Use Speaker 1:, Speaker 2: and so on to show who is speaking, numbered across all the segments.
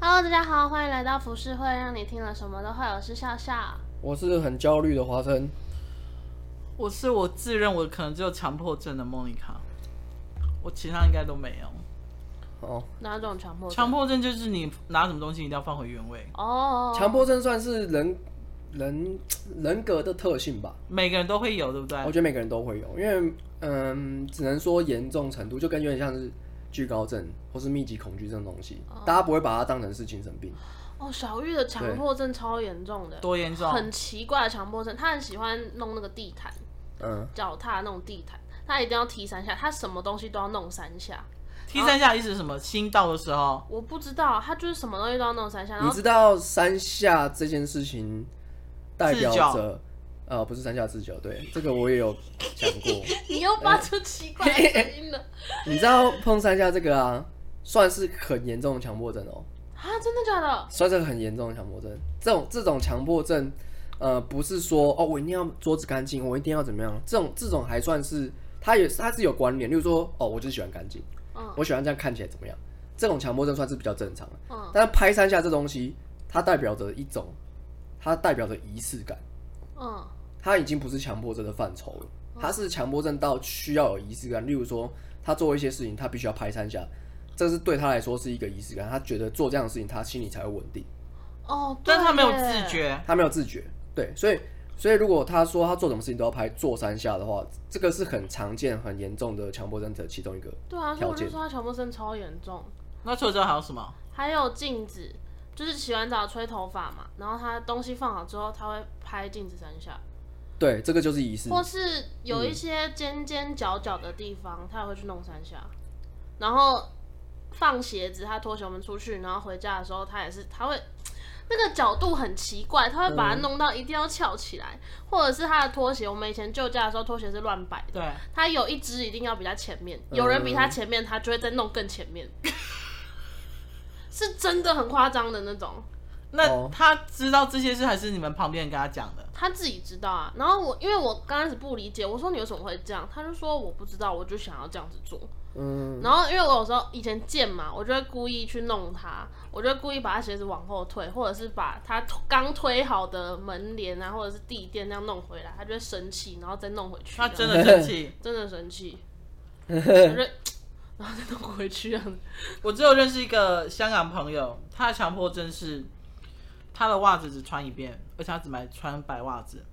Speaker 1: Hello，大家好，欢迎来到服饰会，让你听了什么都会。我是笑笑。
Speaker 2: 我是很焦虑的华生，
Speaker 3: 我是我自认我可能只有强迫症的莫妮卡，我其他应该都没有。
Speaker 2: 哦，
Speaker 1: 哪种强迫症？
Speaker 3: 强迫症就是你拿什么东西一定要放回原位，
Speaker 1: 哦，
Speaker 2: 强迫症算是人人人格的特性吧，
Speaker 3: 每个人都会有，对不
Speaker 1: 哎
Speaker 3: 对
Speaker 2: 我？觉得每个人都会有，因为嗯，只能说严重程度就跟有点像是惧高症或是密集恐惧症的东西，大家不会把它当成是精神病，
Speaker 1: 哦，小玉的强迫症超严重的，
Speaker 3: 多严重？
Speaker 1: 很奇怪的强迫症。他很喜欢弄那个地毯，
Speaker 2: 嗯，
Speaker 1: 脚踏那种地毯，他一定要踢三下，他什么东西都要弄三下。
Speaker 3: T 三下意思是什么？心到的时候，
Speaker 1: 我不知道，他就是什么东西都要弄三下，然
Speaker 2: 你
Speaker 1: 后
Speaker 2: 知道三下这件事情代表
Speaker 3: 自
Speaker 2: 着。呃，不是三下自久，对，这个我也有讲过。
Speaker 1: 你又发出奇怪的声音 了
Speaker 2: 你知道碰三下这个啊，算是很严重的强迫症哦、
Speaker 1: 啊！真的假的？
Speaker 2: 算是很严重的强迫症。这种这种强迫症，呃，不是说哦，我一定要桌子干净，我一定要怎么样，这种这种还算是它也它是有关联。例如说，哦，我就是喜欢干净，
Speaker 1: 嗯
Speaker 2: 我喜欢这样看起来怎么样，这种强迫症算是比较正常的。
Speaker 1: 嗯
Speaker 2: 但是拍三下这东西，它代表着一种，它代表着仪式感，
Speaker 1: 嗯
Speaker 2: 它已经不是强迫症的范畴了，它是强迫症到需要有仪式感。例如说，他做一些事情，他必须要拍三下。这是对他来说是一个仪式感，他觉得做这样的事情，他心里才会稳定。
Speaker 1: 哦，对
Speaker 3: 但他没有
Speaker 1: 耶
Speaker 3: 自觉，
Speaker 2: 他没有自觉，对，所以所以如果他说他做什么事情都要拍做三下的话，这个是很常见、很严重的强迫症的其中一个。
Speaker 1: 对啊，所以我
Speaker 2: 条
Speaker 1: 就
Speaker 2: 件
Speaker 1: 说他强迫症超严重。
Speaker 3: 那除了这个还有什么？
Speaker 1: 还有镜子，就是洗完澡吹头发嘛，然后他东西放好之后，他会拍镜子三下，
Speaker 2: 对，这个就是仪式。
Speaker 1: 或是有一些尖尖角角的地方，他也会去弄三下。然后放鞋子，他拖鞋我们出去，然后回家的时候，他也是他会。那个角度很奇怪，他会把它弄到一定要翘起来，或者是他的拖鞋。我们以前旧家的时候，拖鞋是乱摆的，
Speaker 3: 对，
Speaker 1: 他有一只一定要比他前面，有人比他前面，他就会再弄更前面，是真的很夸张的那种。
Speaker 3: 那
Speaker 2: 哦
Speaker 3: 他知道这些事还是你们旁边人跟他讲的？
Speaker 1: 他自己知道啊，然后我因为我刚开始不理解，我说你为什么会这样，他就说我不知道，我就想要这样子做。
Speaker 2: 嗯，
Speaker 1: 然后因为我有时候以前贱嘛，我就会故意去弄他，我就会故意把他鞋子往后退，或者是把他刚推好的门帘啊，或者是地垫那样弄回来，他就会生气，然后再弄回去这
Speaker 3: 他
Speaker 1: 样。
Speaker 3: 真的生气。
Speaker 1: 真的生气，我就然后再弄回去啊。
Speaker 3: 我只有认识一个香港朋友，他的强迫症是他的袜子只穿一遍，而且他只买穿白袜子。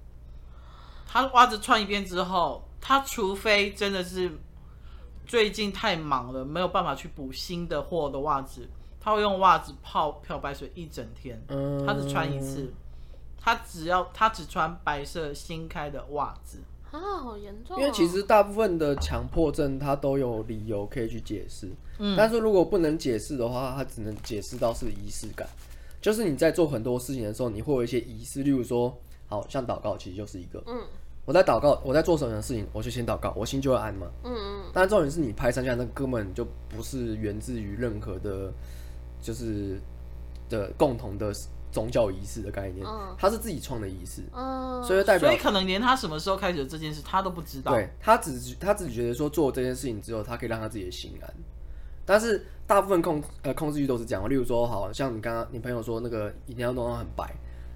Speaker 3: 他袜子穿一遍之后，他除非真的是最近太忙了，没有办法去补新的货的袜子，他会用袜子泡漂白水一整天，
Speaker 2: 嗯
Speaker 3: 他只穿一次。他只要他只穿白色新开的袜子，
Speaker 1: 啊，好严重、哦！
Speaker 2: 因为其实大部分的强迫症它都有理由可以去解释，嗯，但是如果不能解释的话，它只能解释到是仪式感，就是你在做很多事情的时候，你会有一些仪式，例如说，好像祷告其实就是一个，
Speaker 1: 嗯，
Speaker 2: 我在祷告，我在做什么事情，我就先祷告，我心就会安嘛，
Speaker 1: 嗯，嗯
Speaker 2: 但重点是你拍三下，那根本就不是源自于任何的，就是的共同的宗教仪式的概念，
Speaker 1: 嗯
Speaker 2: 它是自己创的仪式，
Speaker 1: 嗯，
Speaker 2: 所以代表
Speaker 3: 所以可能连他什么时候开始有这件事他都不知道。
Speaker 2: 对他只他只觉得说做这件事情之后，他可以让他自己的心安。但是大部分控呃控制欲都是这样，例如说，好像你刚刚你朋友说那个一定要弄到很白，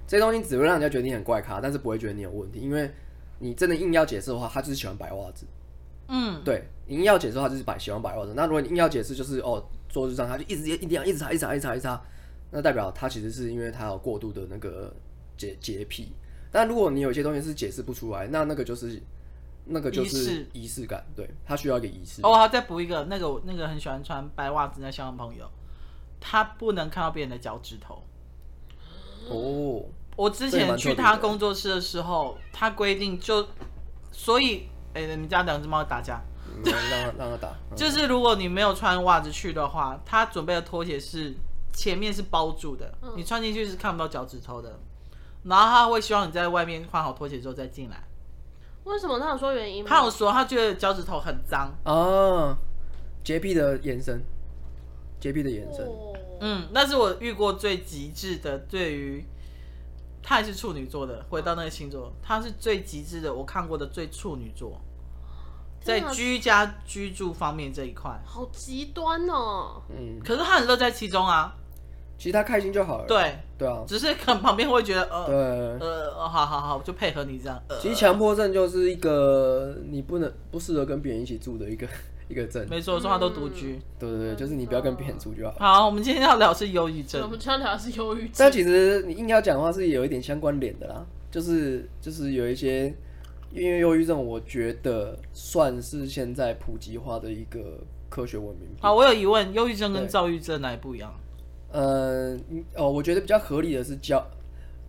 Speaker 2: 这些东西只会让人家觉得你很怪咖，但是不会觉得你有问题，因为你真的硬要解释的话，他就是喜欢白袜子。
Speaker 3: 嗯，
Speaker 2: 对，你硬要解释的话就是白喜欢白袜子。那如果你硬要解释就是哦，桌子上他就一直一定要一直擦一直擦一直擦一直擦，那代表他其实是因为他有过度的那个洁洁癖。但如果你有一些东西是解释不出来，那那个就是那个就
Speaker 3: 仪
Speaker 2: 是
Speaker 3: 式
Speaker 2: 仪式感，对他需要一个仪式。
Speaker 3: 哦，我还要再补一个，那个我那个很喜欢穿白袜子那香港朋友，他不能看到别人的脚趾头。
Speaker 2: 哦，
Speaker 3: 我之
Speaker 2: 这也
Speaker 3: 前
Speaker 2: 蛮特
Speaker 3: 去
Speaker 2: 别的
Speaker 3: 他工作室的时候，他规定就，所以，哎、你们家两只猫打架，
Speaker 2: 嗯让他让他打，嗯
Speaker 3: 就是如果你没有穿袜子去的话，他准备的拖鞋是前面是包住的，你穿进去是看不到脚趾头的，然后他会希望你在外面换好拖鞋之后再进来。
Speaker 1: 为什么他有说原因吗？
Speaker 3: 他有说他觉得脚趾头很脏，
Speaker 2: 啊，洁癖的延伸，洁癖的延伸。
Speaker 1: 哦，
Speaker 3: 嗯，那是我遇过最极致的。对于他也是处女座的，回到那个星座，他是最极致的，我看过的最处女座，在
Speaker 1: 天啊
Speaker 3: 居家居住方面这一块，
Speaker 1: 好极端哦。
Speaker 2: 嗯，
Speaker 3: 可是他很乐在其中啊。
Speaker 2: 其实他开心就好了。
Speaker 3: 对，
Speaker 2: 对啊，
Speaker 3: 只是可能旁边会觉得呃
Speaker 2: 对。
Speaker 3: 呃，哦好好好，我就配合你这样。呃
Speaker 2: 其实强迫症就是一个你不能不适合跟别人一起住的一个一个症。
Speaker 3: 没错，说话都独居。
Speaker 2: 对对对，就是你不要跟别人住就好了。
Speaker 3: 好，我们今天要聊是忧郁
Speaker 1: 我
Speaker 3: 症。
Speaker 1: 们就要聊的是忧郁症
Speaker 2: 但。其实你硬要讲的话，是有一点相关联的啦，就是就是有一些，因为忧郁症，我觉得算是现在普及化的一个科学文明病。
Speaker 3: 好，我有疑问，忧郁症跟
Speaker 2: 对
Speaker 3: 躁郁症哪里不一样？
Speaker 2: 呃，嗯哦，我觉得比较合理的是焦，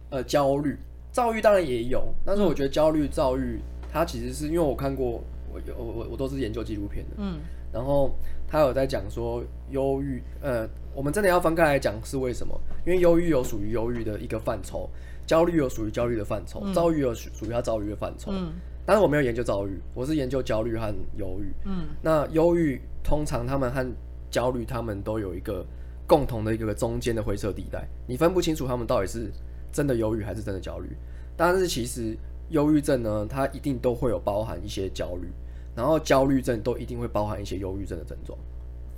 Speaker 2: 呃，焦虑、躁郁当然也有，但
Speaker 3: 嗯
Speaker 2: 是我觉得焦虑、躁郁，它其实是因为我看过，我有我我我都是研究纪录片的，
Speaker 3: 嗯，
Speaker 2: 然后他有在讲说忧郁，呃，我们真的要分开来讲是为什么？因为忧郁有属于忧郁的一个范畴，焦虑有属于焦虑的范畴，躁郁有属属于它躁郁的范畴。
Speaker 3: 嗯
Speaker 2: 但是我没有研究躁郁，我是研究焦虑和忧郁。
Speaker 3: 嗯
Speaker 2: 那忧郁通常他们和焦虑他们都有一个共同的一个中间的灰色地带，你分不清楚他们到底是真的忧郁还是真的焦虑。但是其实忧郁症呢，它一定都会有包含一些焦虑，然后焦虑症都一定会包含一些忧郁症的症状，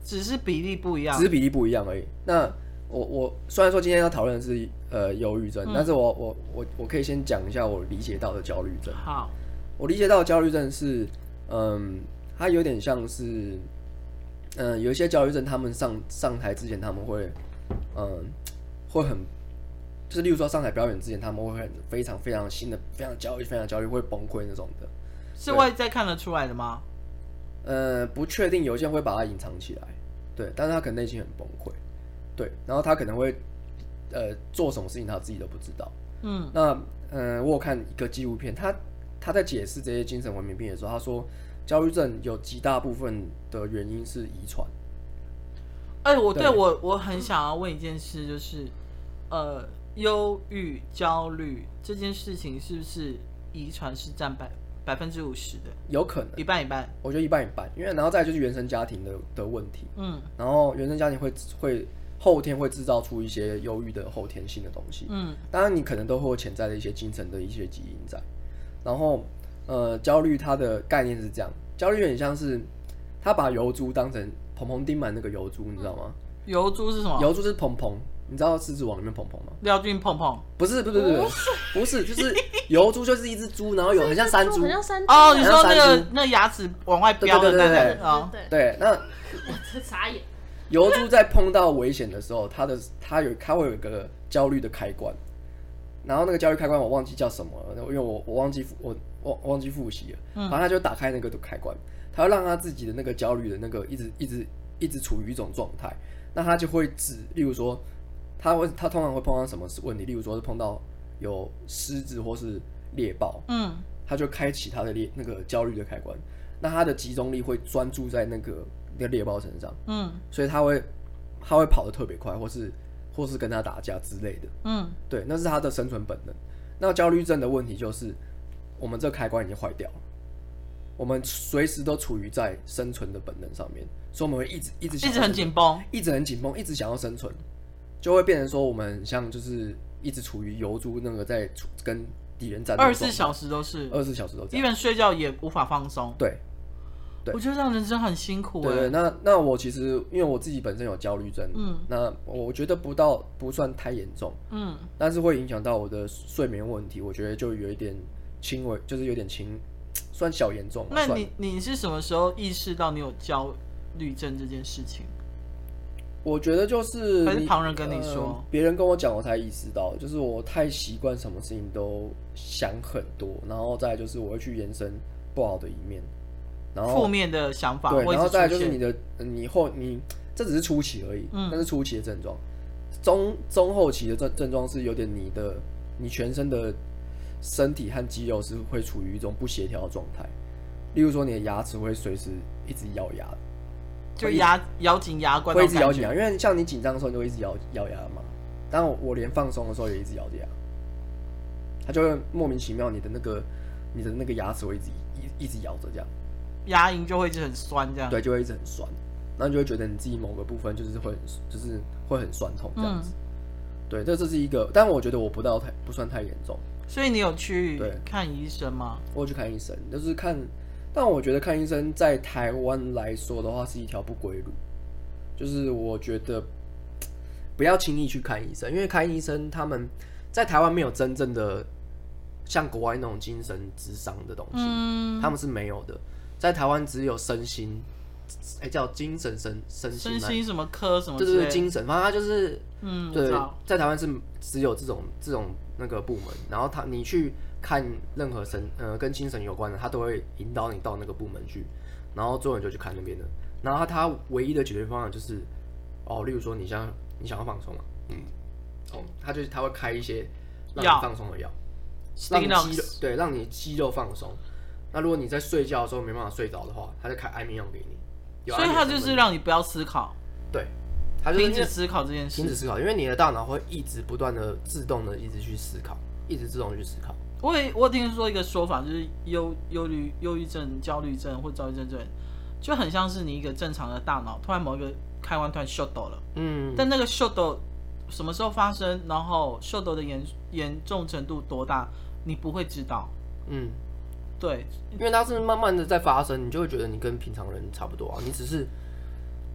Speaker 3: 只是比例不一样
Speaker 2: 只。是比例不一样而已。那我我虽然说今天要讨论的是呃忧郁症，但是我我我我可以先讲一下我理解到的焦虑症。
Speaker 3: 好，
Speaker 2: 我理解到的焦虑症是，嗯，它有点像是，嗯，有一些焦虑症，他们上上台之前他们会，嗯，会很，就是例如说上台表演之前，他们会很非常非常新的，非常焦虑，非常焦虑，会崩溃那种的。
Speaker 3: 是外在看得出来的吗？
Speaker 2: 呃，不确定，有些人会把它隐藏起来，对，但是他可能内心很崩溃，对，然后他可能会，呃，做什么事情他自己都不知道。
Speaker 3: 嗯
Speaker 2: 那呃，我有看一个纪录片，他他在解释这些精神文明病的时候，他说焦虑症有极大部分的原因是遗传。
Speaker 3: 哎、我对
Speaker 2: 对
Speaker 3: 我我很想要问一件事，就是呃，忧郁、焦虑这件事情是不是遗传是占百百分之五十的，
Speaker 2: 有可能，
Speaker 3: 一半一半？
Speaker 2: 我觉得一半一半，因为然后再来就是原生家庭的的问题，
Speaker 3: 嗯
Speaker 2: 然后原生家庭会会后天会制造出一些忧郁的后天性的东西，
Speaker 3: 嗯
Speaker 2: 当然你可能都会有潜在的一些精神的一些基因在。然后呃，焦虑它的概念是这样，焦虑有点像是他把油猪当成蓬蓬丁满那个油猪，你知道吗？
Speaker 3: 油猪是什么？
Speaker 2: 油猪是蓬蓬，你知道《狮子王》里面蓬蓬吗？
Speaker 3: 廖俊碰碰
Speaker 2: 不是，不是，不是，不是，就是油猪就是一只猪，然后有很像山猪
Speaker 1: 很。像山猪
Speaker 3: 哦，
Speaker 1: 欸
Speaker 3: 你说那
Speaker 2: 好像
Speaker 3: 个
Speaker 2: 山猪
Speaker 3: 那牙齿往外飙的
Speaker 2: 对对对
Speaker 3: 那
Speaker 1: 对
Speaker 2: 对
Speaker 3: 个哦，
Speaker 1: 对对，
Speaker 2: 对，那
Speaker 1: 这傻眼。
Speaker 2: 油猪在碰到危险的时候，它的它有它会有一个焦虑的开关，然后那个焦虑开关我忘记叫什么了，因为我我忘记复我我忘记复习了，反正它就打开那个开关，它会让它自己的那个焦虑的那个一直一直一直处于一种状态，那它就会指，例如说，它会它通常会碰到什么问题，例如说是碰到有狮子或是猎豹，
Speaker 3: 嗯，
Speaker 2: 他就开启他的猎那个焦虑的开关，那他的集中力会专注在那个那个猎豹身上，
Speaker 3: 嗯
Speaker 2: 所以他会他会跑得特别快，或是或是跟他打架之类的，
Speaker 3: 嗯
Speaker 2: 对，那是他的生存本能。那焦虑症的问题就是，我们这个开关已经坏掉了，我们随时都处于在生存的本能上面，所以我们会一直一直想
Speaker 3: 一直
Speaker 2: 要生
Speaker 3: 很
Speaker 2: 存
Speaker 3: 紧绷。
Speaker 2: 一直很紧绷，一直想要生存，就会变成说我们像就是一直处于油猪那个在处跟敌人战斗状
Speaker 3: 二十
Speaker 2: 态，
Speaker 3: 四小时都是，
Speaker 2: 二十四小时都这
Speaker 3: 因
Speaker 2: 样，
Speaker 3: 为睡觉也无法放松。
Speaker 2: 对。对
Speaker 3: 我觉得让人真的很辛苦
Speaker 2: 对
Speaker 3: 哎、
Speaker 2: 对，那那我其实因为我自己本身有焦虑症，
Speaker 3: 嗯
Speaker 2: 那我觉得不到不算太严重，
Speaker 3: 嗯，
Speaker 2: 但是会影响到我的睡眠问题，我觉得就有一点轻微，就是有点轻，算小严重嘛。
Speaker 3: 那
Speaker 2: 算
Speaker 3: 你你是什么时候意识到你有焦虑症这件事情？
Speaker 2: 我觉得就是
Speaker 3: 还是
Speaker 2: 你
Speaker 3: 旁人跟你说
Speaker 2: 呃别、人跟我讲，我才意识到，就是我太习惯什么事情都想很多，然后再来就是我会去延伸不好的一面，然后
Speaker 3: 负面的想法
Speaker 2: 对，
Speaker 3: 会一
Speaker 2: 然后
Speaker 3: 直
Speaker 2: 再来
Speaker 3: 出
Speaker 2: 就是你
Speaker 3: 现。
Speaker 2: 的，呃你后你这只是初期而已，
Speaker 3: 嗯
Speaker 2: 但是初期的症状，中中后期的症症状是有点你的你全身的身体和肌肉是会处于一种不协调的状态，例如说你的牙齿会随时一直咬牙，
Speaker 3: 就
Speaker 2: 会一
Speaker 3: 牙咬紧牙关
Speaker 2: 会
Speaker 3: 那
Speaker 2: 一
Speaker 3: 种
Speaker 2: 直咬
Speaker 3: 感
Speaker 2: 紧
Speaker 3: 觉，
Speaker 2: 牙，因为像你紧张的时候你就会一直咬咬牙嘛，但我我连放松的时候也一直咬着牙，它就会莫名其妙你的那个你的那个牙齿会一直一一直咬着这样。
Speaker 3: 牙龈就会一直很酸这样。
Speaker 2: 对，就会一直很酸，然后你就会觉得你自己某个部分就是会很就是会很酸痛这样
Speaker 3: 嗯
Speaker 2: 子。对，这这是一个，但我觉得我不到太不算太严重，
Speaker 3: 所以你有去
Speaker 2: 对
Speaker 3: 看医生吗？
Speaker 2: 我有去看医生，就是看，但我觉得看医生在台湾来说的话是一条不归路，就是我觉得不要轻易去看医生，因为看医生他们在台湾没有真正的像国外那种精神智商的东西，
Speaker 3: 嗯，
Speaker 2: 他们是没有的。在台湾只有身心，哎、叫精神身身心
Speaker 3: 身
Speaker 2: 吗？
Speaker 3: 心什么科什么
Speaker 2: 对
Speaker 3: 哦之
Speaker 2: 对对，
Speaker 3: 类的，
Speaker 2: 精神，反正他就是
Speaker 3: 嗯，我
Speaker 2: 对
Speaker 3: 知道，，
Speaker 2: 在台湾是只有这种这种那个部门，然后他你去看任何神呃跟精神有关的，他都会引导你到那个部门去，然后最后你就去看那边的。然后他唯一的解决方案就是，哦，例如说你想你想要放松嘛，嗯，哦，他就他会开一些让
Speaker 3: 药
Speaker 2: 你放松的药，
Speaker 3: 是
Speaker 2: 让
Speaker 3: 那
Speaker 2: 你
Speaker 3: 种
Speaker 2: 肌肉对让你肌肉放松。那如果你在睡觉的时候没办法睡着的话，他就开安眠药给你。有
Speaker 3: 所以
Speaker 2: 安眠
Speaker 3: 他
Speaker 2: 成
Speaker 3: 就
Speaker 2: 分
Speaker 3: 是让你不要思考，
Speaker 2: 对，他就是
Speaker 3: 停止思考这件
Speaker 2: 停止
Speaker 3: 事。
Speaker 2: 思考，因为你的大脑会一直不断的自动的一直去思考，一直自动地去思考。
Speaker 3: 我也我有听说一个说法，就是忧忧虑、忧郁症、焦虑症或躁郁症这种，就很像是你一个正常的大脑突然某一个开关突然 shut down 了。
Speaker 2: 嗯，
Speaker 3: 但那个秀逗什么时候发生，然后秀逗的严严重程度多大，你不会知道。
Speaker 2: 嗯，
Speaker 3: 对，
Speaker 2: 因为它是慢慢的在发生，你就会觉得你跟平常人差不多啊，你只是，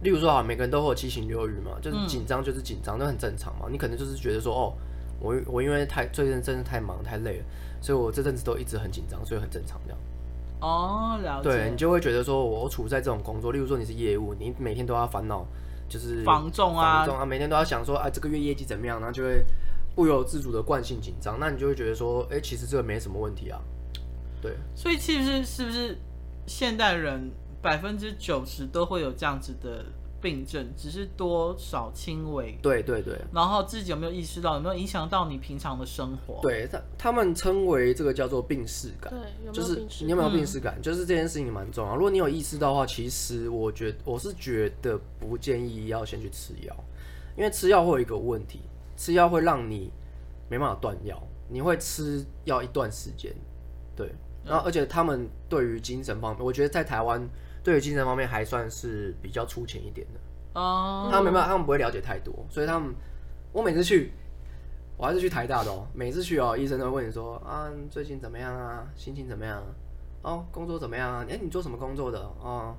Speaker 2: 例如说啊，每个人都会有七情六欲嘛，就是紧张就是紧张，那、很正常嘛。你可能就是觉得说，哦，我我因为太最近真的太忙太累了，所以我这阵子都一直很紧张，所以很正常这样。
Speaker 3: 哦，了
Speaker 2: 对你
Speaker 3: 解。
Speaker 2: 就会觉得说，我处在这种工作，例如说你是业务，你每天都要烦恼，就是
Speaker 3: 房仲啊
Speaker 2: 房仲啊，每天都要想说，啊，这个月业绩怎么样，然后就会不由自主的惯性紧张，那你就会觉得说，哎、其实这个没什么问题啊。对，
Speaker 3: 所以其实是不是现代人百分之九十都会有这样子的病症，只是多少轻微，
Speaker 2: 对对对
Speaker 3: 然后自己有没有意识到，有没有影响到你平常的生活？
Speaker 2: 对，他他们称为这个叫做病逝感，
Speaker 1: 对，有没
Speaker 2: 就
Speaker 1: 有
Speaker 2: 是
Speaker 1: 病史
Speaker 2: 你有没有病逝感，就是这件事情蛮重要。如果你有意识到的话，其实我觉我是觉得不建议要先去吃药，因为吃药会有一个问题，吃药会让你没办法断药，你会吃药一段时间，对。然后而且他们对于精神方面，我觉得在台湾对于精神方面还算是比较粗浅一点的，
Speaker 3: 哦，
Speaker 2: 他们没办法，他们不会了解太多，所以他们我每次去。我还是去台大的哦，每次去哦，医生都会问你说啊，你最近怎么样啊？心情怎么样啊？哦，工作怎么样啊？哎、你做什么工作的？哦，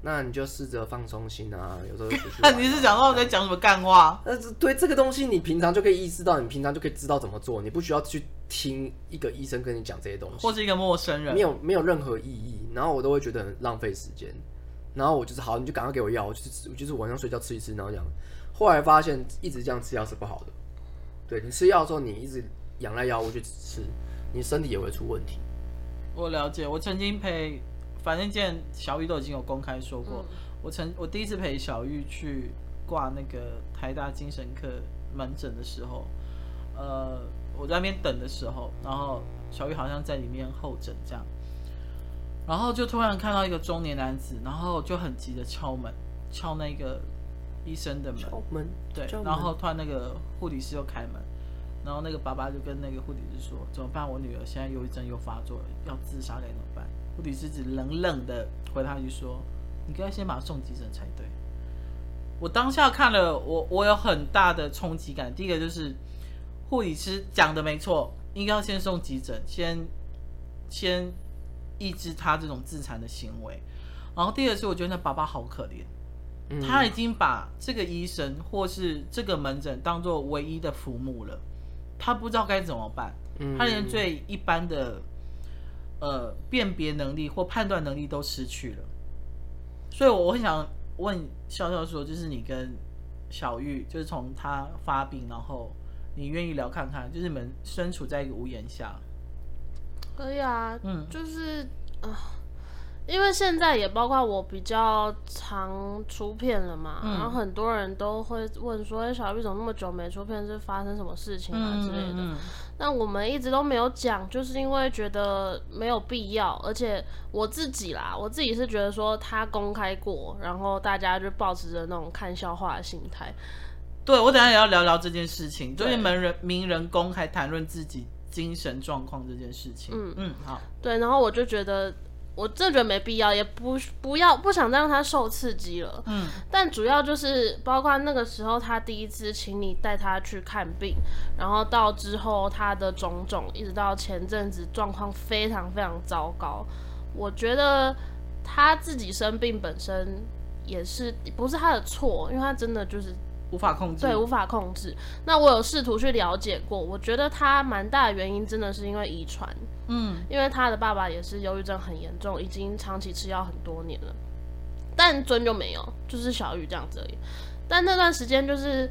Speaker 2: 那你就试着放松心啊，有时候就出去玩啊、 啊
Speaker 3: 你是想到我在讲什么干话？
Speaker 2: 那这对这个东西，你平常就可以意识到，你平常就可以知道怎么做，你不需要去听一个医生跟你讲这些东西
Speaker 3: 或，是一个陌生人
Speaker 2: 没？有没有任何意义。然后我都会觉得很浪费时间，然后我就是好，你就赶快给我药，我就是我就是晚上睡觉吃一吃，然后这样。后来发现一直这样吃药是不好的，对你吃药的时候，你一直仰赖药物去吃，你身体也会出问题。
Speaker 3: 我了解，我曾经陪，反正见小玉都已经有公开说过，我曾我第一次陪小玉去挂那个台大精神科门诊的时候，呃，我在那边等的时候，然后小玉好像在里面候诊这样，然后就突然看到一个中年男子，然后就很急的敲门，敲那个医生的门，
Speaker 2: 敲门，
Speaker 3: 对
Speaker 2: 敲，门
Speaker 3: 然后突然那个护理师又开门，然后那个爸爸就跟那个护理师说：“怎么办？我女儿现在忧郁症又发作了，要自杀该怎么办？”护理师只冷冷的回他一句说：“你应该先把她送急诊才对。”我当下看了，我我有很大的冲击感。第一个就是护理师讲的没错，应该要先送急诊，先先抑制他这种自残的行为。然后第二个是，我觉得那爸爸好可怜。
Speaker 2: 嗯
Speaker 3: 他已经把这个医生或是这个门诊当做唯一的父母了，他不知道该怎么办，
Speaker 2: 嗯
Speaker 3: 他连最一般的呃辨别能力或判断能力都失去了。所以我很想问笑笑说，就是你跟小玉，就是从他发病，然后你愿意聊看看，就是你们身处在一个屋檐下，
Speaker 1: 可以啊，
Speaker 3: 嗯
Speaker 1: 就是啊、因为现在也包括我比较常出片了嘛，
Speaker 3: 嗯
Speaker 1: 然后很多人都会问说，哎、小玉怎么那么久没出片，是发生什么事情啊之类的。
Speaker 3: 嗯嗯
Speaker 1: 但我们一直都没有讲，就是因为觉得没有必要，而且我自己啦，我自己是觉得说他公开过，然后大家就保持着那种看笑话的心态，
Speaker 3: 对我等一下也要聊聊这件事情，就是
Speaker 1: 对
Speaker 3: 名人名人公开谈论自己精神状况这件事情。
Speaker 1: 嗯
Speaker 3: 嗯，好，
Speaker 1: 对，然后我就觉得，我真的觉得没必要，也不不要不想再让他受刺激了。
Speaker 3: 嗯，
Speaker 1: 但主要就是包括那个时候他第一次请你带他去看病，然后到之后他的种种，一直到前阵子状况非常非常糟糕。我觉得他自己生病本身也是不是他的错，因为他真的就是
Speaker 3: 无法控制。
Speaker 1: 对，无法控制。那我有试图去了解过，我觉得他蛮大的原因真的是因为遗传，
Speaker 3: 嗯，
Speaker 1: 因为他的爸爸也是忧郁症很严重，已经长期吃药很多年了。但尊就没有，就是小雨这样子而已。但那段时间就是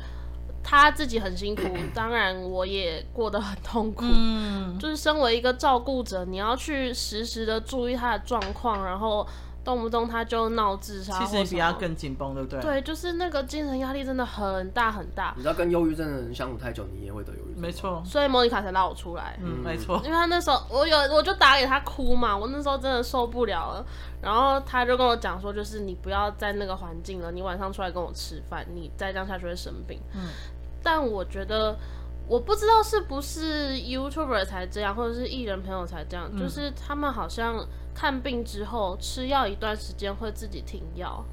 Speaker 1: 他自己很辛苦，当然我也过得很痛苦。
Speaker 3: 嗯，
Speaker 1: 就是身为一个照顾者，你要去时时的注意他的状况，然后动不动他就闹自杀
Speaker 3: 其
Speaker 1: 啊或什
Speaker 3: 实
Speaker 1: 么。
Speaker 3: 你比他更紧绷，对不对？，
Speaker 1: 对，就是那个精神压力真的很大很大，
Speaker 2: 你知道跟忧郁症的人相处太久，你也会得忧郁症。
Speaker 3: 没，错，
Speaker 1: 所以莫妮卡才拉我出来。
Speaker 3: 嗯，
Speaker 2: 嗯
Speaker 3: 没错
Speaker 1: 因，为他那时候我有我就打给他哭嘛，我那时候真的受不了了，然后他就跟我讲说，就是你不要在那个环境了，你晚上出来跟我吃饭，你再这样下去会生病。
Speaker 3: 嗯，
Speaker 1: 但我觉得我不知道是不是 YouTuber 才这样，或者是艺人朋友才这样，
Speaker 3: 嗯
Speaker 1: 就是他们好像看病之后吃药一段时间会自己停药。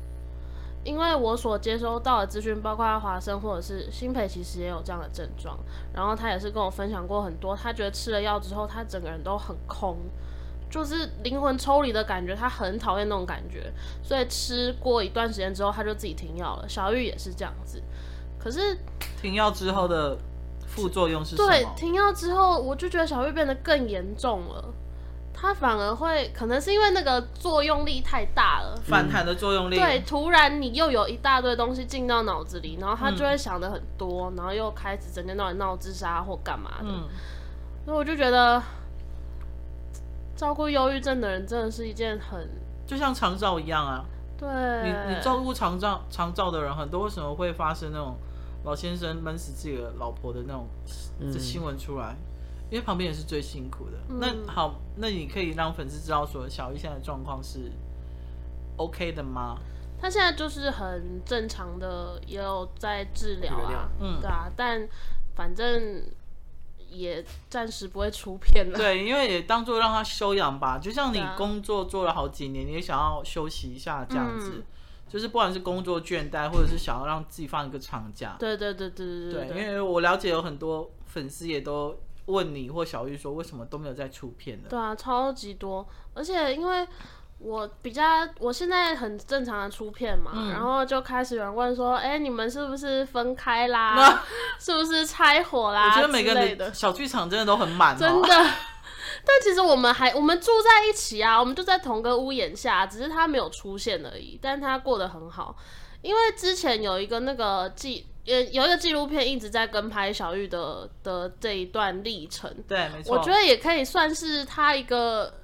Speaker 1: 因为我所接收到的资讯，包括华生或者是新培，其实也有这样的症状。然后他也是跟我分享过很多，他觉得吃了药之后，他整个人都很空，就是灵魂抽离的感觉，他很讨厌那种感觉，所以吃过一段时间之后，他就自己停药了。小玉也是这样子，可是
Speaker 3: 停药之后的副作用是什么？
Speaker 1: 对停药之后，我就觉得小玉变得更严重了，他反而会可能是因为那个作用力太大了，
Speaker 3: 反弹的作用力，
Speaker 1: 对，，突然你又有一大堆东西进到脑子里，然后他
Speaker 3: 嗯
Speaker 1: 就会想的很多，然后又开始整天到晚闹自杀或干嘛的，
Speaker 3: 嗯，
Speaker 1: 所以我就觉得照顾忧郁症的人真的是一件很
Speaker 3: 就像长照一样啊，
Speaker 1: 对，
Speaker 3: 你你
Speaker 1: 嗯
Speaker 3: 照顾长照长照的人，很多为什么会发生那种老先生闷死自己的老婆的那种
Speaker 2: 嗯
Speaker 3: 这新闻出来？因为旁边也是最辛苦的。那
Speaker 1: 嗯
Speaker 3: 好，那你可以让粉丝知道说小玉现在的状况是 OK 的吗？
Speaker 1: 他现在就是很正常的，也有在治疗
Speaker 2: 治疗
Speaker 1: 啊，
Speaker 3: 嗯
Speaker 1: 对啊，但反正也暂时不会出片 了，
Speaker 3: 对，因为也当做让他休养吧，就像你
Speaker 1: 对啊
Speaker 3: 工作做了好几年，你也想要休息一下这样子，
Speaker 1: 嗯
Speaker 3: 就是不管是工作倦怠，或者是想要让自己放一个长假。
Speaker 1: 对对对对对
Speaker 3: 对，因
Speaker 1: 对，
Speaker 3: 为我了解有很多粉丝也都问你或小玉说，为什么都没有再出片了？
Speaker 1: 对啊，超级多，而且因为。我比较，我现在很正常的出片嘛，
Speaker 3: 嗯
Speaker 1: 然后就开始有人问说，哎、你们是不是分开 啦？是不是拆伙啦？
Speaker 3: 我觉得每个
Speaker 1: 啊之类
Speaker 3: 人
Speaker 1: 的
Speaker 3: 的小剧场真的都很满、哦，
Speaker 1: 真的。但其实我们还我们住在一起啊，我们就在同个屋檐下，只是他没有出现而已。但他过得很好，因为之前有一个那个纪呃有一个纪录片一直在跟拍小玉的的这一段历程，
Speaker 3: 对，没错。
Speaker 1: 我觉得也可以算是他一个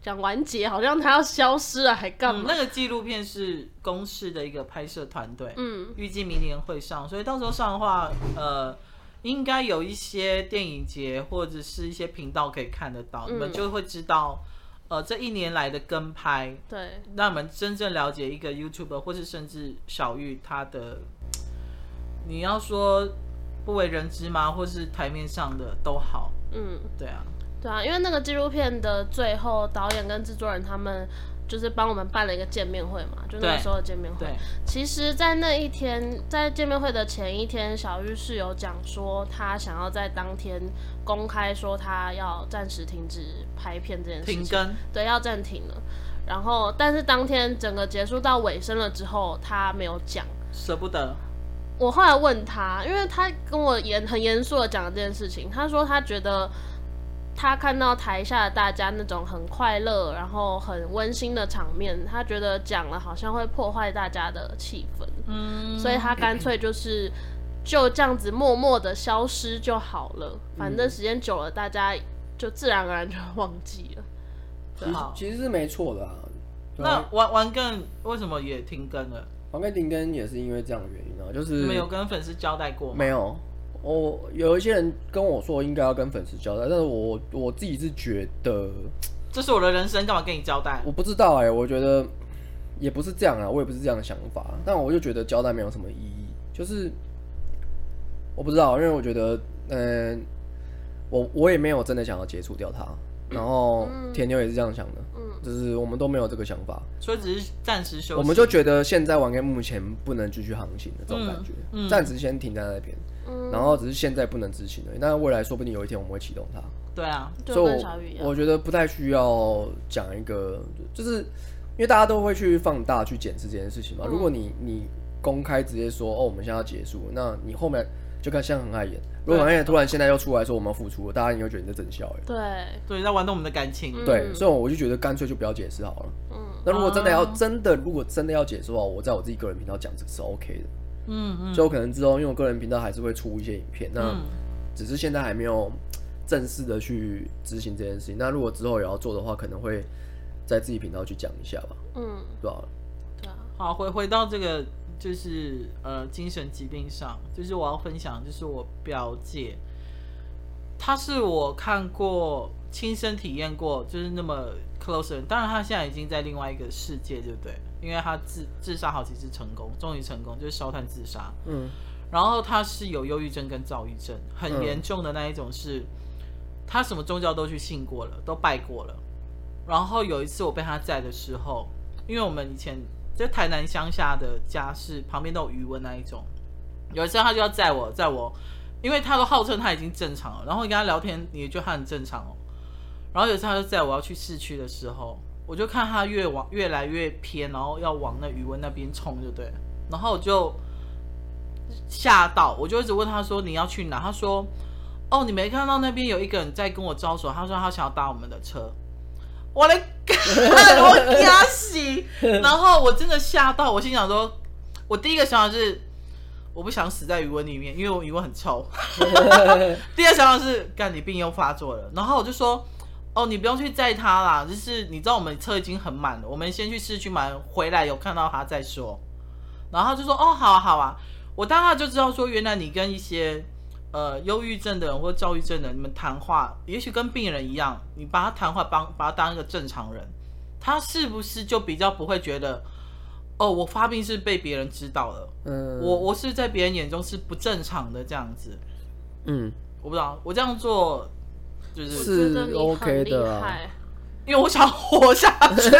Speaker 1: 讲完结，好像他要消失了还干
Speaker 3: 嗯
Speaker 1: 嘛？
Speaker 3: 那个纪录片是公视的一个拍摄团队，
Speaker 1: 嗯
Speaker 3: 预计明年会上，所以到时候上的话，呃，应该有一些电影节或者是一些频道可以看得到，
Speaker 1: 嗯
Speaker 3: 你们就会知道，呃，这一年来的跟拍，
Speaker 1: 对，
Speaker 3: 让你们真正了解一个 YouTuber 或是甚至小玉他的，你要说不为人知吗？或是台面上的都好，
Speaker 1: 嗯。
Speaker 3: 对啊，
Speaker 1: 对啊，因为那个纪录片的最后，导演跟制作人他们就是帮我们办了一个见面会嘛，就那个
Speaker 3: 对
Speaker 1: 时候的见面会
Speaker 3: 对。，
Speaker 1: 其实，在那一天，在见面会的前一天，小玉是有讲说，她想要在当天公开说她要暂时停止拍片这件事
Speaker 3: 停
Speaker 1: 情，
Speaker 3: 更，
Speaker 1: 对，要暂停了。然后，但是当天整个结束到尾声了之后，她没有讲。
Speaker 3: 舍不得，
Speaker 1: 我后来问他，因为他跟我严很严肃的讲了这件事情，他说他觉得他看到台下的大家那种很快乐，然后很温馨的场面，他觉得讲了好像会破坏大家的气氛，
Speaker 3: 嗯，
Speaker 1: 所以他干脆就是就这样子默默的消失就好了，反正时间久了，大家就自然而然就忘记了。
Speaker 2: 其实
Speaker 3: 好
Speaker 2: 其实是没错的啊。对
Speaker 3: 那
Speaker 2: 啊
Speaker 3: 玩玩更为什么也停更了？
Speaker 2: 黄盖停更也是因为这样的原因啊，就是
Speaker 3: 你们有跟粉丝交代过吗？
Speaker 2: 没有，我有一些人跟我说应该要跟粉丝交代，但是我我自己是觉得，
Speaker 3: 这是我的人生，干嘛跟你交代？
Speaker 2: 我不知道哎、我觉得也不是这样啊，我也不是这样的想法，啊但我就觉得交代没有什么意义，就是我不知道，因为我觉得，嗯、我我也没有真的想要接触掉他，然后
Speaker 1: 嗯
Speaker 2: 田牛也是这样想的，
Speaker 1: 嗯
Speaker 2: 就是我们都没有这个想法，
Speaker 3: 所以只是暂时休息。
Speaker 2: 我们就觉得现在玩跟目前不能继续航行的这种
Speaker 3: 嗯
Speaker 2: 感觉
Speaker 3: 嗯，
Speaker 2: 暂、时先停在那边。
Speaker 1: 嗯，
Speaker 2: 然后只是现在不能执行而已，但是未来说不定有一天我们会启动它。
Speaker 3: 对啊，
Speaker 1: 就
Speaker 2: 所
Speaker 1: 跟
Speaker 2: 以
Speaker 1: 小雨一
Speaker 2: 我
Speaker 1: 样，
Speaker 2: 我觉得不太需要讲一个，就是因为大家都会去放大去检视这件事情嘛。
Speaker 1: 嗯
Speaker 2: 如果你你公开直接说哦，我们现在要结束，那你后面就看像很碍眼。如果很碍眼突然现在又出来说我们要付出了，大家你会觉得你在整笑哎、
Speaker 1: 对，
Speaker 3: 对，在玩弄我们的感情。
Speaker 2: 对，所以我就觉得干脆就不要解释好了。
Speaker 1: 嗯，
Speaker 2: 那如果真的要、
Speaker 3: 啊
Speaker 2: 真的，如果真的要解释的话，我在我自己个人频道讲这个是 OK 的。
Speaker 3: 嗯嗯，
Speaker 2: 就我可能之后，因为我个人频道还是会出一些影片，那
Speaker 3: 嗯
Speaker 2: 只是现在还没有正式的去执行这件事情。那如果之后也要做的话，可能会在自己频道去讲一下吧，
Speaker 1: 嗯，
Speaker 2: 对吧、
Speaker 1: 对啊，
Speaker 3: 好，回回到这个就是呃精神疾病上，就是我要分享，就是我表姐，她是我看过亲身体验过，就是那么 close 的人。当然，她现在已经在另外一个世界，对不对？因为她自自杀好几次成功，终于成功，就是烧炭自杀。
Speaker 2: 嗯
Speaker 3: 然后她是有忧郁症跟躁郁症，很
Speaker 2: 嗯
Speaker 3: 严重的那一种是，她什么宗教都去信过了，都拜过了。然后有一次我被她载的时候，因为我们以前在台南乡下的家是旁边都有余温那一种，有一次她就要载我，载我，因为她都号称她已经正常了，然后你跟她聊天，你也觉得她很正常哦。然后有一次她就载我要去市区的时候，我就看她越往越来越偏，然后要往那余温那边冲，就对了。然后我就吓到，我就一直问他说你要去哪？他说哦，你没看到那边有一个人在跟我招手，他说他想要搭我们的车。我的干，我压死！然后我真的吓到，我心想说，我第一个想法是我不想死在余温里面，因为我余温很臭。第二想法是干，你病又发作了。然后我就说。哦，你不用去载他啦，就是你知道我们车已经很满了，我们先去市区买，回来有看到他再说。然后他就说：“哦，好啊，好啊。”我当下就知道说，原来你跟一些呃忧郁症的人或躁郁症的人，你们谈话，也许跟病人一样，你把他谈话帮把他当一个正常人，他是不是就比较不会觉得，哦，我发病是被别人知道了，
Speaker 2: 嗯，
Speaker 3: 我我是在别人眼中是不正常的这样子。
Speaker 2: 嗯
Speaker 3: 我不知道，我这样做就是
Speaker 1: 我
Speaker 2: 是
Speaker 1: 觉得你
Speaker 2: OK
Speaker 1: 很厉
Speaker 2: 的啊
Speaker 1: 害，
Speaker 3: 因为我想活下 去，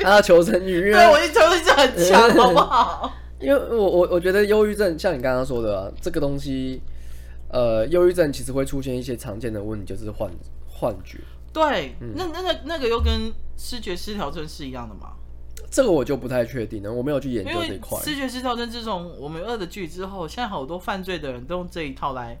Speaker 2: 他要求生欲，因
Speaker 3: 对我
Speaker 2: 为
Speaker 3: 的求生欲很强，好不好？
Speaker 2: 因为我我我觉得忧郁症像你刚刚说的、啊、这个东西，呃，忧郁症其实会出现一些常见的问题，就是幻幻觉。
Speaker 3: 对，那那那那个又跟视觉失调症是一样的吗？
Speaker 2: 这个我就不太确定了，我没有去研究
Speaker 3: 因
Speaker 2: 这一
Speaker 3: 为
Speaker 2: 块。
Speaker 3: 视觉失调症自从我们二的剧之后，现在好多犯罪的人都用这一套来，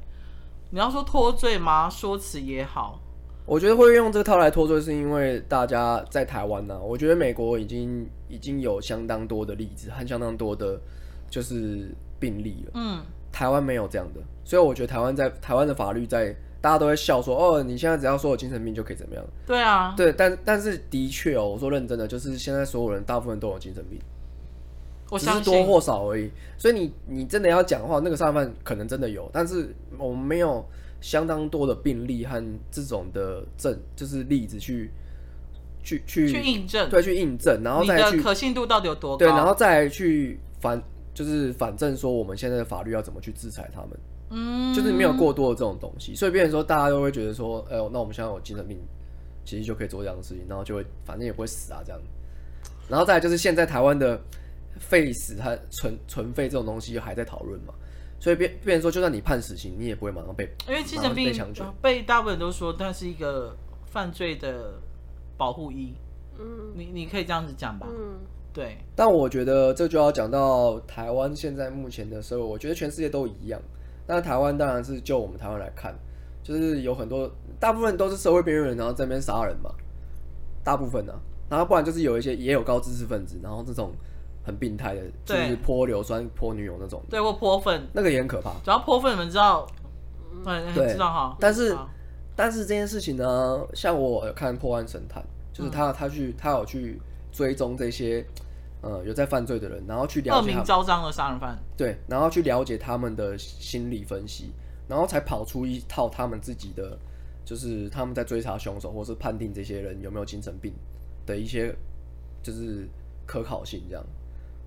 Speaker 3: 你要说脱罪吗？说辞也好，
Speaker 2: 我觉得会用这个套来脱罪，是因为大家在台湾呢、啊我觉得美国已经已经有相当多的例子和相当多的，就是病例了。
Speaker 3: 嗯，
Speaker 2: 台湾没有这样的，所以我觉得台湾在台湾的法律在大家都会笑说，哦，你现在只要说有精神病就可以怎么样。
Speaker 3: 对啊，
Speaker 2: 对，但但是的确哦，我说认真的，就是现在所有人大部分都有精神病，
Speaker 3: 我
Speaker 2: 只是
Speaker 3: 相
Speaker 2: 多
Speaker 3: 信，
Speaker 2: 或少而已。所以你你真的要讲的话，那个杀人犯可能真的有，但是我们没有相当多的病例和这种的证，就是例子去去去
Speaker 3: 去印证
Speaker 2: 对去印证，然后
Speaker 3: 你
Speaker 2: 再
Speaker 3: 的哦
Speaker 2: 去
Speaker 3: 可信度到底有多高？
Speaker 2: 对，然后再来去反就是反证说我们现在的法律要怎么去制裁他们，
Speaker 3: 嗯，
Speaker 2: 就是没有过多的这种东西，所以变成说大家都会觉得说，哎、呦，那我们现在有精神病，其实就可以做这样的事情，然后就会反正也不会死啊这样。然后再来就是现在台湾的废死和存存废这种东西还在讨论嘛，所以变变成说，就算你判死刑，你也不会马上被
Speaker 3: 因为精
Speaker 2: 马
Speaker 3: 神
Speaker 2: 上
Speaker 3: 病
Speaker 2: 被强决。
Speaker 3: 被大部分人都说它是一个犯罪的保护衣，
Speaker 1: 嗯
Speaker 3: 你你可以这样子讲吧？
Speaker 1: 嗯，
Speaker 3: 对，
Speaker 2: 但我觉得这就要讲到台湾现在目前的社会，我觉得全世界都一样。那台湾当然是就我们台湾来看，就是有很多大部分都是社会边缘人，然后这边杀人嘛，大部分呢、然后不然就是有一些也有高知识分子，然后这种很病态的，就
Speaker 3: 对
Speaker 2: 是泼硫酸、泼女友那种，
Speaker 3: 对或泼粪，
Speaker 2: 那个也很可怕。
Speaker 3: 只要泼粪，你们知道，嗯，
Speaker 2: 对
Speaker 3: 知道哈。
Speaker 2: 但是
Speaker 3: 好
Speaker 2: 但是这件事情呢，像我有看《破案神探》，就是
Speaker 3: 嗯
Speaker 2: 他、他去他有去追踪这些呃有在犯罪的人，然后去了
Speaker 3: 恶
Speaker 2: 解他
Speaker 3: 名昭彰的杀人犯，
Speaker 2: 对，然后去了解他们的心理分析，然后才跑出一套他们自己的，就是他们在追查凶手或是判定这些人有没有精神病的一些，就是可考性这样。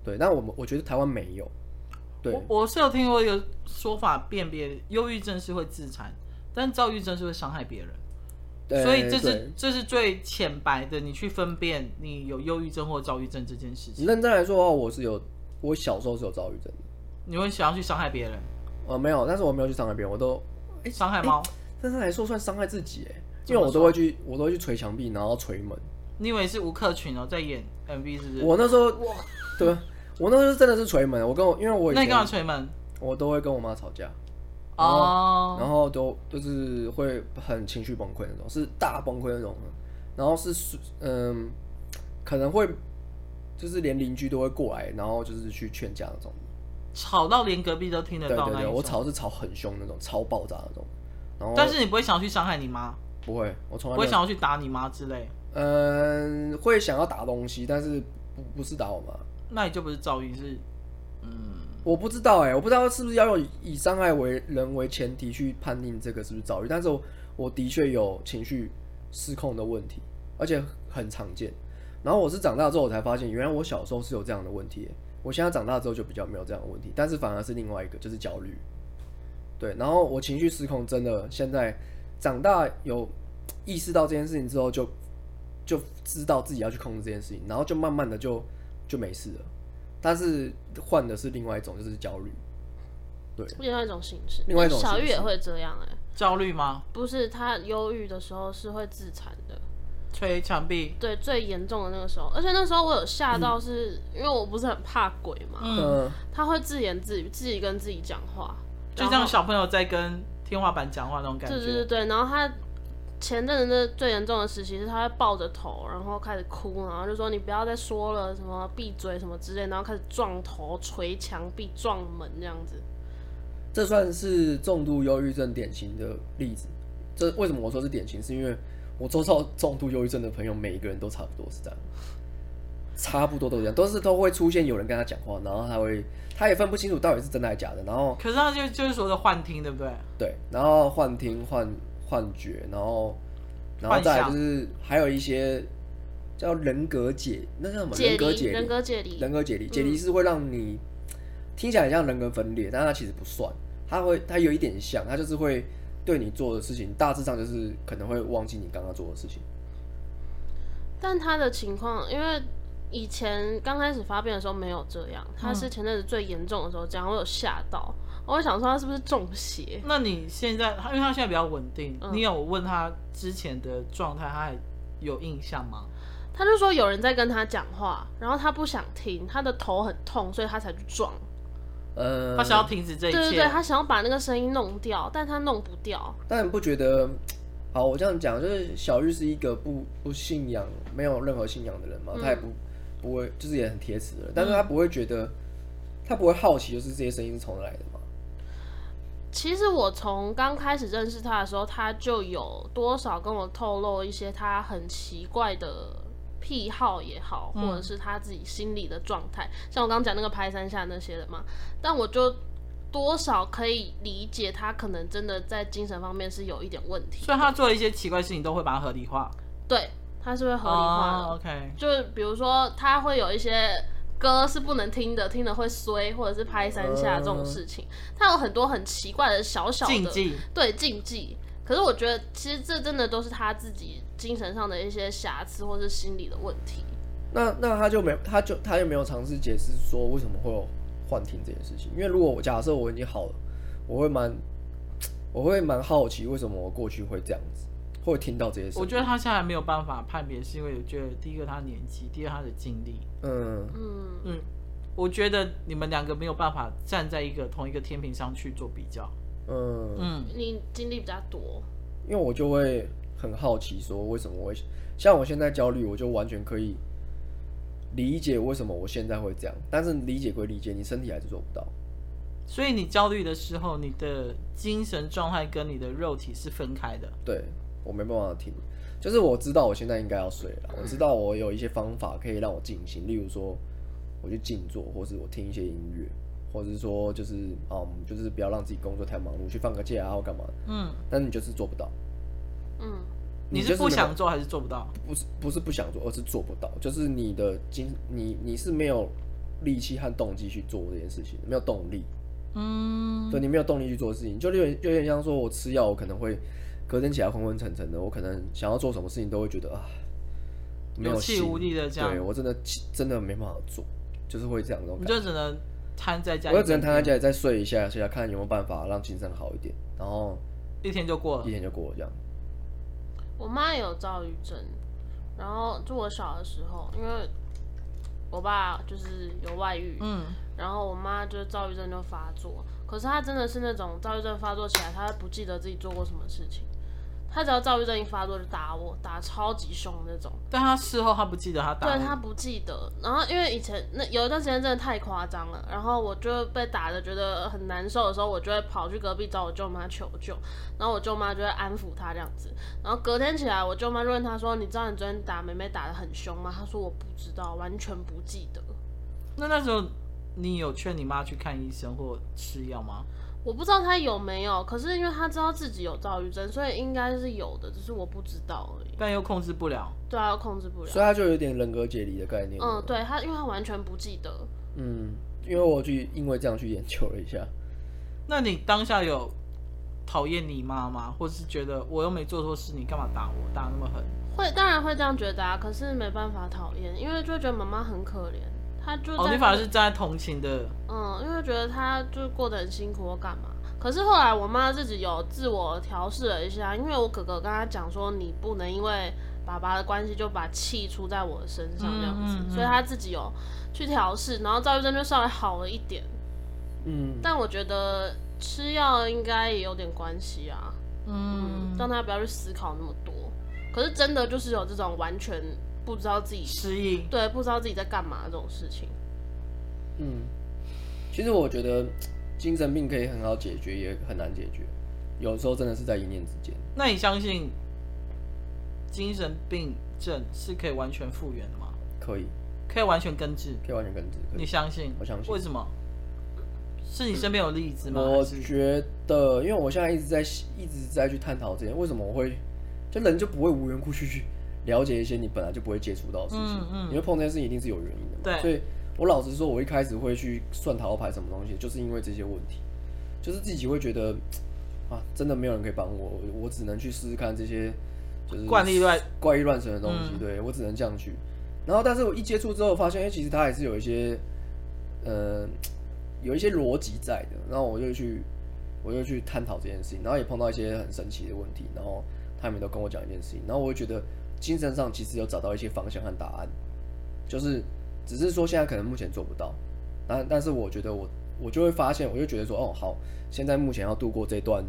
Speaker 2: 对，但我们我觉得台湾没有，对
Speaker 3: 我我是有听过一个说法，辨别忧郁症是会自残，但躁郁症是会伤害别人，
Speaker 2: 对
Speaker 3: 所以这
Speaker 2: 哎对
Speaker 3: 是这是最浅白的，你去分辨你有忧郁症或躁郁症这件事情，
Speaker 2: 认真来说的话，我是有，我小时候是有躁郁症的，
Speaker 3: 你会想要去伤害别人，
Speaker 2: 呃，没有，但是我没有去伤害别人，我都
Speaker 3: 伤害猫，
Speaker 2: 认真来说算伤害自己、欸，
Speaker 3: 怎
Speaker 2: 因为
Speaker 3: 么
Speaker 2: 我都
Speaker 3: 说
Speaker 2: 会去，我都会去捶墙壁，然后捶门。
Speaker 3: 你以为是吴克群哦在演 MV 是不是？
Speaker 2: 我那时候，对，我那时候真的是捶门，我跟我因为我以
Speaker 3: 那你干嘛
Speaker 2: 前
Speaker 3: 捶门？
Speaker 2: 我都会跟我妈吵架，然后
Speaker 3: 哦，
Speaker 2: 然后都就是会很情绪崩溃那种，是大崩溃那种的，然后是嗯，可能会就是连邻居都会过来，然后就是去劝架那种。
Speaker 3: 吵到连隔壁都听得
Speaker 2: 对
Speaker 3: 到
Speaker 2: 对
Speaker 3: 那一
Speaker 2: 对，
Speaker 3: 种。
Speaker 2: 我吵是吵很凶那种，超爆炸那种。然后
Speaker 3: 但是你不会想要去伤害你妈，
Speaker 2: 不会，我从
Speaker 3: 不
Speaker 2: 来没
Speaker 3: 会
Speaker 2: 有。
Speaker 3: 想要去打你妈之类，
Speaker 2: 嗯，会想要打东西，但是不不是打我妈。
Speaker 3: 那你就不是噪音，是嗯，
Speaker 2: 我不知道哎、我不知道是不是要用以伤害为人为前提去判定这个是不是躁郁，但是我我的确有情绪失控的问题，而且很常见。然后我是长大之后我才发现，原来我小时候是有这样的问题欸、我现在长大之后就比较没有这样的问题，但是反而是另外一个就是焦虑。对，然后我情绪失控，真的现在长大有意识到这件事情之后就，就知道自己要去控制这件事情，然后就慢慢的就就没事了。但是换的是另外一种，就是焦虑。对，
Speaker 1: 另外一种形式。
Speaker 2: 另外一种
Speaker 1: 小玉
Speaker 2: 形式
Speaker 1: 也会这样哎、
Speaker 3: 焦虑吗？
Speaker 1: 不是他忧郁的时候是会自残的，
Speaker 3: 捶墙壁，
Speaker 1: 对，最严重的那个时候，而且那时候我有吓到是，因为我不是很怕鬼嘛，
Speaker 2: 嗯、
Speaker 3: 嗯，
Speaker 1: 他会自言自语，自己跟自己讲话，
Speaker 3: 就像小朋友在跟天花板讲话那种感
Speaker 1: 对对对
Speaker 3: 觉。
Speaker 1: 对，然后他前阵子那最严重的时期是他会抱着头，然后开始哭，然后就说你不要再说了，什么闭嘴什么之类，然后开始撞头、捶墙壁、撞门这样子。
Speaker 2: 这算是重度忧郁症典型的例子。这为什么我说是典型？是因为我周遭重度忧郁症的朋友，每一个人都差不多是这样，差不多都这样，都是都会出现有人跟他讲话，然后他会，他也分不清楚到底是真的还是假的，然后
Speaker 3: 可是他就就是说的幻听，对不对？
Speaker 2: 对，然后幻听、幻幻觉，然后然后
Speaker 3: 幻
Speaker 2: 再来
Speaker 3: 想
Speaker 2: 就是还有一些叫人格解，那叫什么？人
Speaker 1: 解
Speaker 2: 格
Speaker 1: 离，
Speaker 2: 解
Speaker 1: 人
Speaker 2: 离。
Speaker 1: 格解离，
Speaker 2: 人格解
Speaker 3: 嗯
Speaker 2: 离，解离是会让你听起来很像人格分裂，但它其实不算，它会它有一点像，它就是会对你做的事情，大致上就是可能会忘记你刚刚做的事情。
Speaker 1: 但他的情况，因为以前刚开始发病的时候没有这样，他是前阵子最严重的时候这样，我有吓到，我会想说他是不是中邪？
Speaker 3: 那你现在，他因为他现在比较稳定，
Speaker 1: 嗯
Speaker 3: 你有问他之前的状态，他还有印象吗？
Speaker 1: 他就说有人在跟他讲话，然后他不想听，他的头很痛，所以他才去撞。
Speaker 2: 呃，
Speaker 3: 他想要停止这一切，
Speaker 1: 对对对，他想要把那个声音弄掉，但他弄不掉。
Speaker 2: 但你不觉得？好，我这样讲，就是小玉是一个不不信仰、没有任何信仰的人嘛，
Speaker 1: 嗯
Speaker 2: 他也不不会，就是也很铁齿的人，
Speaker 3: 嗯
Speaker 2: 但是他不会觉得，他不会好奇，就是这些声音是从哪来的嘛？
Speaker 1: 其实我从刚开始认识他的时候，他就有多少跟我透露一些他很奇怪的癖好也好，
Speaker 3: 嗯
Speaker 1: 或者是他自己心理的状态，像我刚刚讲那个拍三下那些的嘛。但我就多少可以理解他可能真的在精神方面是有一点问题，
Speaker 3: 所以他做了一些奇怪事情，都会把它合理化。
Speaker 1: 对，他是会合理化的。
Speaker 3: 哦、OK，
Speaker 1: 就是比如说他会有一些歌是不能听的，听了会衰，或者是拍三下这种事情，他有很多很奇怪的小小的
Speaker 3: 禁忌。
Speaker 1: 对禁忌。可是我觉得，其实这真的都是他自己精神上的一些瑕疵，或是心理的问题。
Speaker 2: 那那他就没，他就他就没有尝试解释说为什么会有幻听这件事情。因为如果我假设我已经好了，我会蛮我会蛮好奇为什么我过去会这样子，会听到这些事情。
Speaker 3: 我觉得他现在没有办法判别，是因为我觉得第一个他年纪，第二他的经历。
Speaker 2: 嗯，
Speaker 1: 嗯，
Speaker 3: 嗯，我觉得你们两个没有办法站在一个同一个天平上去做比较。
Speaker 2: 嗯
Speaker 3: 嗯，
Speaker 1: 你经历比较多，
Speaker 2: 因为我就会很好奇说为什么我会像我现在焦虑，我就完全可以理解为什么我现在会这样，但是理解归理解，你身体还是做不到。
Speaker 3: 所以你焦虑的时候，你的精神状态跟你的肉体是分开的。
Speaker 2: 对我没办法听。就是我知道我现在应该要睡了，我知道我有一些方法可以让我静心，例如说我去静坐，或是我听一些音乐，或者是说就是啊，我们就是不要让自己工作太忙碌，去放个假啊或干嘛的。
Speaker 3: 嗯，
Speaker 2: 但你就是做不到，
Speaker 1: 嗯，
Speaker 3: 你
Speaker 2: 就是
Speaker 3: 不
Speaker 2: 没办
Speaker 3: 想做还是做不到？
Speaker 2: 不是不是不想做，而是做不到，就是你的精你你是没有力气和动机去做这件事情，没有动力。
Speaker 3: 嗯，
Speaker 2: 对你没有动力去做事情，就有点有点像说我吃药，我可能会隔天起来昏昏沉沉的，我可能想要做什么事情都会觉得啊，没
Speaker 3: 有气
Speaker 2: 心
Speaker 3: 无力的这样
Speaker 2: 对我真的气真的没办法做，就是会这样那种
Speaker 3: 你
Speaker 2: 感觉。
Speaker 3: 就只能瘫在家里，
Speaker 2: 我就只能躺在家里再睡一下，睡一下看有没有办法让精神好一点，然后
Speaker 3: 一天就过了
Speaker 2: 一。天就过了这样。
Speaker 1: 我妈也有躁郁症，然后就我小的时候，因为我爸就是有外遇，
Speaker 3: 嗯，
Speaker 1: 然后我妈就躁郁症就发作。可是她真的是那种躁郁症发作起来，她不记得自己做过什么事情。她只要躁郁症一发作就打我，打超级凶那种。
Speaker 3: 但他事后他不记得他打
Speaker 1: 对
Speaker 3: 你
Speaker 1: 她不记得，然后因为以前那有一段时间真的太夸张了，然后我就被打的觉得很难受的时候，我就会跑去隔壁找我舅妈求救，然后我舅妈就会安抚她这样子，然后隔天起来我舅妈就问她说：“你知道你昨天打妹妹打的很凶吗？”她说：“我不知道，完全不记得。”
Speaker 3: 那那时候你有劝你妈去看医生或吃药吗？
Speaker 1: 我不知道他有没有，可是因为他知道自己有躁郁症，所以应该是有的，只是我不知道而已。
Speaker 3: 但又控制不了。
Speaker 1: 对啊，控制不了。
Speaker 2: 所以他就有点人格解离的概念。
Speaker 1: 嗯，，对他，因为他完全不记得。
Speaker 2: 嗯，因为我去因为这样去研究了一下，
Speaker 3: 那你当下有讨厌你妈吗？或是觉得我又没做错事，你干嘛打我，打那么狠？
Speaker 1: 会当然会这样觉得啊，可是没办法讨厌，因为就觉得妈妈很可怜，她就在
Speaker 3: 哦，你反而是站在同情的，
Speaker 1: 嗯，因为觉得她就过得很辛苦，我干嘛？可是后来我妈自己有自我调试了一下，因为我哥哥跟她讲说，你不能因为爸爸的关系就把气出在我的身上这样子，
Speaker 3: 嗯嗯嗯
Speaker 1: 所以她自己有去调试，然后躁郁症就稍微好了一点。
Speaker 2: 嗯，
Speaker 1: 但我觉得吃药应该也有点关系啊，嗯，让他不要去思考那么多。可是真的就是有这种完全不知道自己
Speaker 3: 失忆。
Speaker 1: 对不知道自己在干嘛这种事情，
Speaker 2: 嗯，其实我觉得精神病可以很好解决，也很难解决，有时候真的是在一念之间。
Speaker 3: 那你相信精神病症是可以完全复原的吗？
Speaker 2: 可以，
Speaker 3: 可以完全根治？
Speaker 2: 可以完全根治。可以
Speaker 3: 你相信？
Speaker 2: 我相信
Speaker 3: 为什么？是你身边有例子吗？
Speaker 2: 我
Speaker 3: 还是
Speaker 2: 觉得，因为我现在一直在一直在去探讨这些，为什么我会，就人就不会无缘无故去去了解一些你本来就不会接触到的事情，
Speaker 3: 嗯嗯
Speaker 2: 你会碰这些事情一定是有原因的嘛。
Speaker 3: 对
Speaker 2: 所以我老实说，我一开始会去算塔罗牌什么东西，就是因为这些问题，就是自己会觉得啊，真的没有人可以帮我，我我只能去试试看这些就是
Speaker 3: 惯例乱
Speaker 2: 怪异乱神的东西，
Speaker 3: 嗯
Speaker 2: 对我只能这样去。然后，但是我一接触之后，发现哎、其实它还是有一些，呃，有一些逻辑在的。然后我就去，我就去探讨这件事情，然后也碰到一些很神奇的问题，然后他们都跟我讲一件事情，然后我就觉得精神上其实有找到一些方向和答案，就是只是说现在可能目前做不到，但但是我觉得我我就会发现，我就觉得说哦好，现在目前要度过这段，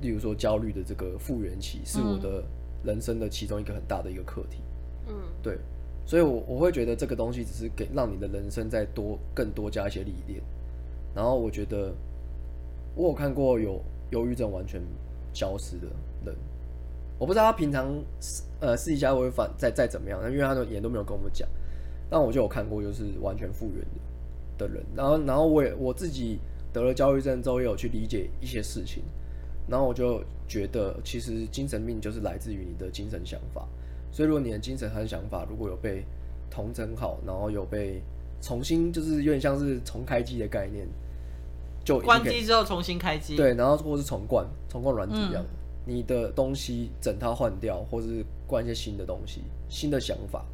Speaker 2: 例如说焦虑的这个复原期，是我的人生的其中一个很大的一个课题。
Speaker 1: 嗯，
Speaker 2: 对，所以我我会觉得这个东西只是给让你的人生再多更多加一些历练。然后我觉得我有看过有忧郁症完全消失的人，我不知道他平常呃私底下会反再再怎么样，因为他的也都没有跟我们讲。但我就有看过就是完全复原的的人，然后然后我也我自己得了焦虑症之后也有去理解一些事情，然后我就觉得其实精神病就是来自于你的精神想法。所以如果你的精神和想法如果有被统整好，然后有被重新就是有点像是重开机的概念，就已经
Speaker 3: 关
Speaker 2: 可以
Speaker 3: 机之后重新开机？嗯
Speaker 2: 对，然后或是重灌重灌软体一样，你的东西整套换掉，或是灌一些新的东西、新的想法，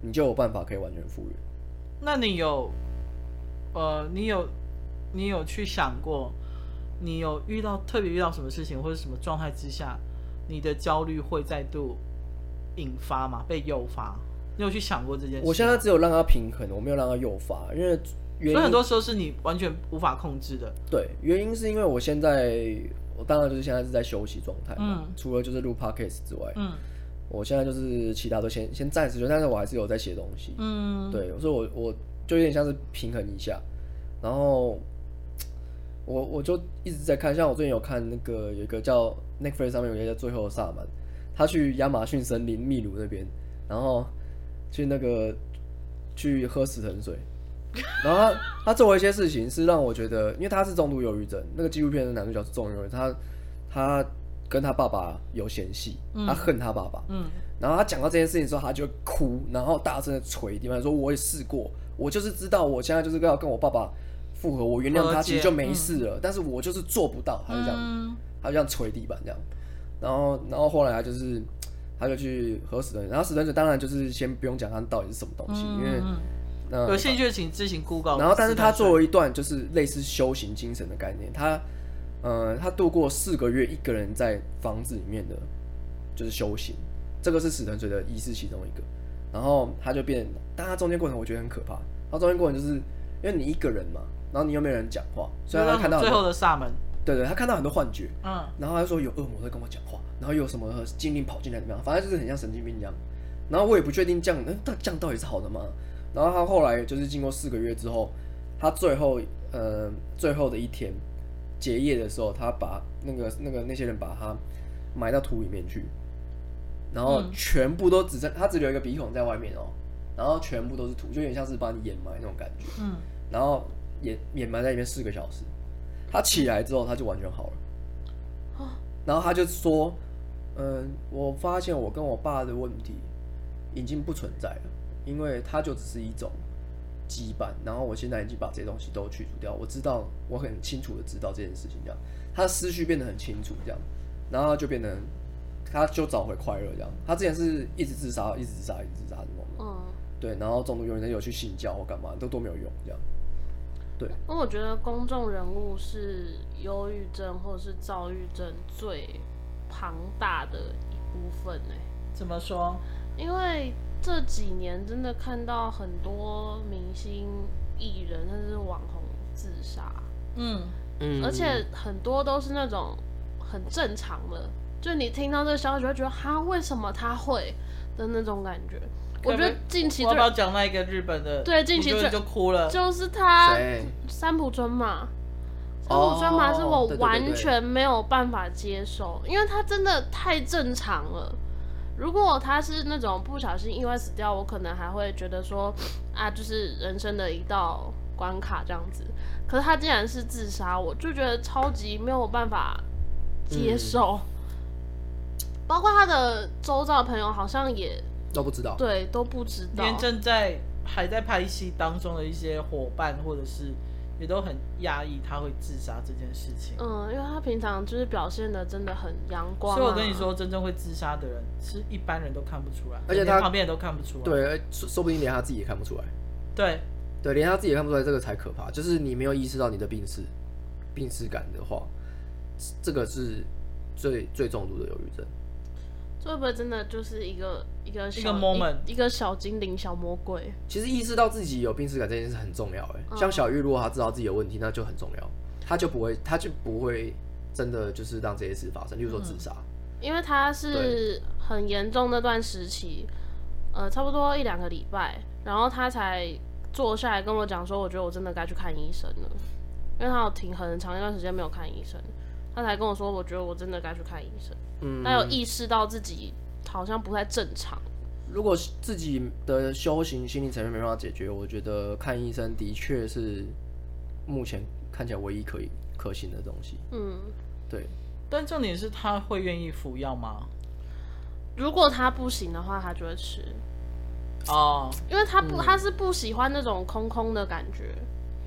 Speaker 2: 你就有办法可以完全复原。
Speaker 3: 那你有，呃，你有，你有去想过，你有遇到特别遇到什么事情或者什么状态之下，你的焦虑会再度引发吗？被诱发？你有去想过这件事吗？
Speaker 2: 我现在只有让它平衡，我没有让它诱发，因为原
Speaker 3: 所以
Speaker 2: 因
Speaker 3: 很多时候是你完全无法控制的。
Speaker 2: 对原因是因为我现在我当然就是现在是在休息状态嘛，
Speaker 3: 嗯
Speaker 2: 除了就是录 podcast 之外，
Speaker 3: 嗯
Speaker 2: 我现在就是其他都先先暂时就，但是我还是有在写东西。
Speaker 3: 嗯，
Speaker 2: 对，所以我我就有点像是平衡一下，然后我我就一直在看，像我最近有看那个有一个叫 Netflix 上面有一个叫《最后的萨满》，他去亚马逊森林秘鲁那边，然后去那个去喝死藤水，然后他他做了一些事情是让我觉得，因为他是重度忧郁症，那个纪录片的男主角是重度忧郁症，他他跟他爸爸有嫌隙，他恨他爸爸，
Speaker 3: 嗯
Speaker 2: 然后他讲到这件事情的时候，他就哭，然后大声的捶地板说：“我也试过，我就是知道我现在就是要跟我爸爸复合，我原谅
Speaker 3: 和
Speaker 2: 他，
Speaker 3: 解
Speaker 2: 其实就没事了，但是我就是做不到。”他就这样，
Speaker 3: 嗯
Speaker 2: 他就这样捶地板这样。然后，然后后来他就是，他就去喝死人，然后死人水当然就是先不用讲他到底是什么东西，
Speaker 3: 嗯
Speaker 2: 因为
Speaker 3: 嗯
Speaker 2: 那
Speaker 3: 有兴趣的请自行 Google。
Speaker 2: 然后，但是他做了一段就是类似修行精神的概念，他，呃，他度过四个月一个人在房子里面的，就是修行，这个是死藤水的仪式其中一个。然后他就变，但他中间过程我觉得很可怕。他中间过程就是因为你一个人嘛，然后你又没有人讲话，所以他看到很
Speaker 3: 最
Speaker 2: 多
Speaker 3: 后的萨门，
Speaker 2: 对对，他看到很多幻觉，
Speaker 3: 嗯，
Speaker 2: 然后他就说有恶魔在跟我讲话，然后有什么精灵跑进来怎么样，反正就是很像神经病一样。然后我也不确定这样，那到这样到底是好的吗？然后他后来就是经过四个月之后，他最后呃最后的一天结业的时候，他把那个那个那些人把他埋到土里面去，然后
Speaker 3: 嗯
Speaker 2: 全部都只剩他只留一个鼻孔在外面哦，然后全部都是土，就有点像是把你掩埋那种感觉。
Speaker 3: 嗯，
Speaker 2: 然后掩掩埋在里面四个小时。他起来之后，他就完全好了。
Speaker 1: 啊
Speaker 2: 然后他就说：“嗯，我发现我跟我爸的问题已经不存在了，因为它就只是一种羁绊。然后我现在已经把这些东西都去除掉，我知道，我很清楚的知道这件事情。这样，他的思绪变得很清楚，这样，然后他就变得，他就找回快乐。这样，他之前是一直自杀，一直自杀，一直自杀的梦。
Speaker 1: 嗯，
Speaker 2: 对，然后中毒有人有去信教或干嘛，都都没有用。这样，
Speaker 1: 那我觉得公众人物是忧郁症或是躁郁症最庞大的一部分呢、
Speaker 3: 怎么说？
Speaker 1: 因为这几年真的看到很多明星、艺人甚至是网红自杀，
Speaker 3: 嗯，
Speaker 2: 嗯
Speaker 1: 而且很多都是那种很正常的，就你听到这个消息会觉得哈，为什么他会的那种感觉。我觉得近期
Speaker 3: 我要不要
Speaker 1: 最
Speaker 3: 讲那一个日本的？
Speaker 1: 对近期
Speaker 3: 你就
Speaker 1: 最
Speaker 3: 就哭了。
Speaker 1: 就是他
Speaker 2: 谁
Speaker 1: 三浦春马，三
Speaker 2: 哦
Speaker 1: 浦春马是我
Speaker 2: 对对对对
Speaker 1: 完全没有办法接受，因为他真的太正常了。如果他是那种不小心意外死掉，我可能还会觉得说啊，就是人生的一道关卡这样子。可是他竟然是自杀，我就觉得超级没有办法接受。
Speaker 2: 嗯
Speaker 1: 包括他的周遭的朋友好像也
Speaker 2: 都不知道。
Speaker 1: 对都不知道，
Speaker 3: 连正在还在拍戏当中的一些伙伴，或者是也都很压抑他会自杀这件事情。
Speaker 1: 嗯，因为他平常就是表现的真的很阳光、啊。
Speaker 3: 所以我跟你说，真正会自杀的人是一般人都看不出来，
Speaker 2: 而且
Speaker 3: 连
Speaker 2: 他
Speaker 3: 旁边人都看不出来。
Speaker 2: 对，而说说不定连他自己也看不出来。
Speaker 3: 对，
Speaker 2: 对，连他自己也看不出来，这个才可怕。就是你没有意识到你的病逝、病逝感的话，这个是最最重度的忧郁症。
Speaker 1: 这会不会真的就是一个一个小
Speaker 3: 一个 moment
Speaker 1: 一一个小精灵、小魔鬼？
Speaker 2: 其实意识到自己有病耻感这件事很重要。哎、
Speaker 1: 嗯
Speaker 2: 像小玉，如果她知道自己有问题，那就很重要，她就不会，她就不会真的就是让这些事发生，例如说自杀。
Speaker 1: 因为他是很严重那段时期，呃，差不多一两个礼拜，然后他才坐下来跟我讲说，我觉得我真的该去看医生了，因为他有停很长一段时间没有看医生，他才跟我说，我觉得我真的该去看医生。
Speaker 2: 嗯，
Speaker 1: 他有意识到自己好像不太正常，
Speaker 2: 如果自己的修行心理层面没办法解决，我觉得看医生的确是目前看起来唯一可以可行的东西。
Speaker 1: 嗯。
Speaker 2: 对，
Speaker 3: 但重点是他会愿意服药吗？
Speaker 1: 如果他不行的话，他就会吃，
Speaker 3: 哦，
Speaker 1: 因为他不，他是不喜欢那种空空的感觉，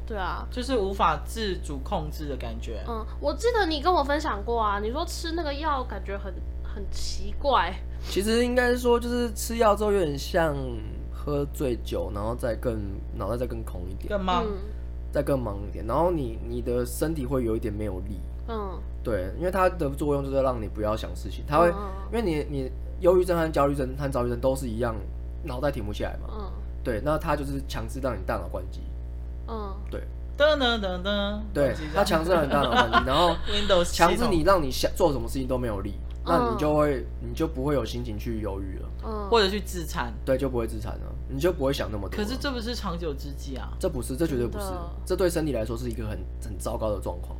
Speaker 1: 对啊，
Speaker 3: 就是无法自主控制的感觉。
Speaker 1: 嗯，我记得你跟我分享过啊，你说吃那个药感觉很很奇怪，
Speaker 2: 其实应该说就是吃药之后有点像喝醉酒，然后再更脑袋再更空一点，
Speaker 3: 干嘛？
Speaker 1: 嗯
Speaker 2: 再更忙一点，然后你你的身体会有一点没有力。
Speaker 1: 嗯
Speaker 2: 对，因为它的作用就是让你不要想事情，它会，
Speaker 1: 嗯
Speaker 2: 因为你你忧郁症和焦虑症和躁郁症都是一样，脑袋停不下来嘛。
Speaker 1: 嗯
Speaker 2: 对，那它就是强制让你大脑关机。
Speaker 1: 嗯，
Speaker 2: 对，
Speaker 3: 噔噔噔噔，
Speaker 2: 对，它强制让你大脑 关机，然后
Speaker 3: Windows 系统
Speaker 2: 强制你让你想做什么事情都没有力，那你就会你就不会有心情去忧郁了，
Speaker 1: 嗯
Speaker 3: 或者去自残。
Speaker 2: 对，就不会自残了，你就不会想那么多
Speaker 3: 可
Speaker 2: 了。
Speaker 3: 是这不是长久之计啊！
Speaker 2: 这不是，这绝对不是
Speaker 1: 真的，
Speaker 2: 这对身体来说是一个很很糟糕的状况。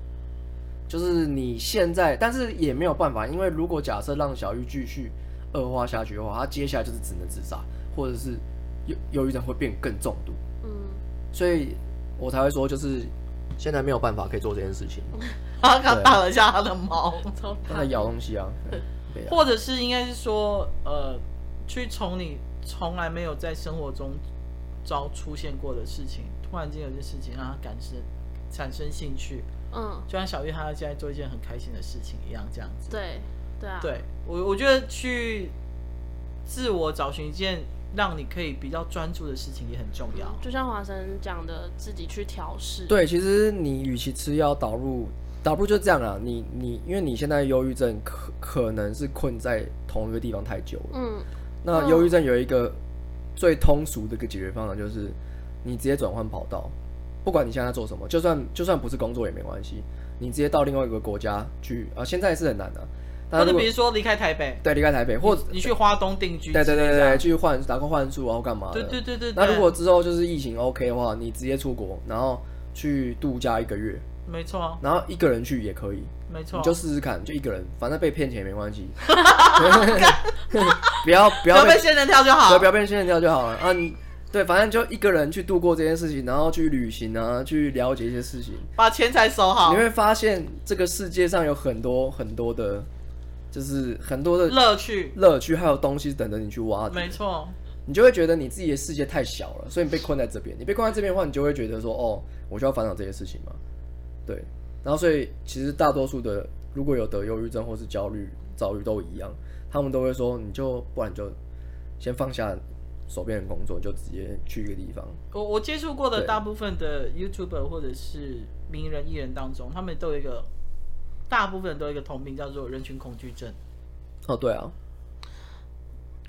Speaker 2: 就是你现在，但是也没有办法，因为如果假设让小玉继续恶化下去的话，她接下来就是只能自杀，或者是忧忧郁症会变更重度，
Speaker 1: 嗯，
Speaker 2: 所以我才会说，就是现在没有办法可以做这件事情，
Speaker 3: 他刚打了一下他 的猫，
Speaker 1: 超
Speaker 2: 让她咬东西啊，对 对啊
Speaker 3: 或者是应该是说，呃，去从你从来没有在生活中遭出现过的事情，突然间有些事情让他感生产生兴趣，
Speaker 1: 嗯，
Speaker 3: 就像小月她现在做一件很开心的事情一样，这样子。
Speaker 1: 对对啊，
Speaker 3: 对我，我觉得去自我找寻一件让你可以比较专注的事情也很重要。
Speaker 2: 嗯
Speaker 1: 就像华生讲的，自己去调试，，
Speaker 2: 对，其实你与其吃药导入，导入就这样啦。你你因为你现在忧郁症可可能是困在同一个地方太久了。
Speaker 1: 嗯
Speaker 2: 那忧郁症有一个最通俗的一个解决方法就是，你直接转换跑道，不管你现在在做什么，就算就算不是工作也没关系，你直接到另外一个国家去啊，现在是很难的、但
Speaker 3: 或
Speaker 2: 是
Speaker 3: 者
Speaker 2: 如果
Speaker 3: 比如说离开台北，
Speaker 2: 对离开台北，或者
Speaker 3: 你去花东定居之
Speaker 2: 对
Speaker 3: 类
Speaker 2: 对
Speaker 3: 的，
Speaker 2: 对对对，去换打工换宿然后啊干嘛的？
Speaker 3: 对对对对对
Speaker 2: 那如果之后就是疫情 OK 的话，你直接出国，然后去度假一个月，
Speaker 3: 没错啊
Speaker 2: 然后一个人去也可以，
Speaker 3: 没错
Speaker 2: 你，
Speaker 3: 啊
Speaker 2: 就试试看，就一个人，反正被骗钱也没关 系，不要不
Speaker 3: 不
Speaker 2: 要
Speaker 3: 要
Speaker 2: 被
Speaker 3: 被仙人跳就好
Speaker 2: 对，不。要被仙人跳就好了啊！你对，反正就一个人去度过这件事情，然后去旅行啊，去了解一些事情，
Speaker 3: 把钱财收好
Speaker 2: 你，会发现这个世界上有很多很多的，就是很多的
Speaker 3: 乐趣，
Speaker 2: 乐趣，还有东西等着你去挖掘
Speaker 3: 没。错，
Speaker 2: 你就会觉得你自己的世界太小了，所以你被困在这边。你被困在这边的话，你就会觉得说，哦，我就要烦恼这些事情嘛。对，然后所以其实大多数的如果有得忧郁症或是焦虑、躁郁都一样，他们都会说，你就不然你就先放下手边的工作，你就直接去一个地方。
Speaker 3: 我我接触过的
Speaker 2: 对
Speaker 3: 大部分的 YouTuber 或者是名人艺人当中，他们都有一个，大部分人都有一个通病，叫做人群恐惧症。
Speaker 2: 哦，对啊，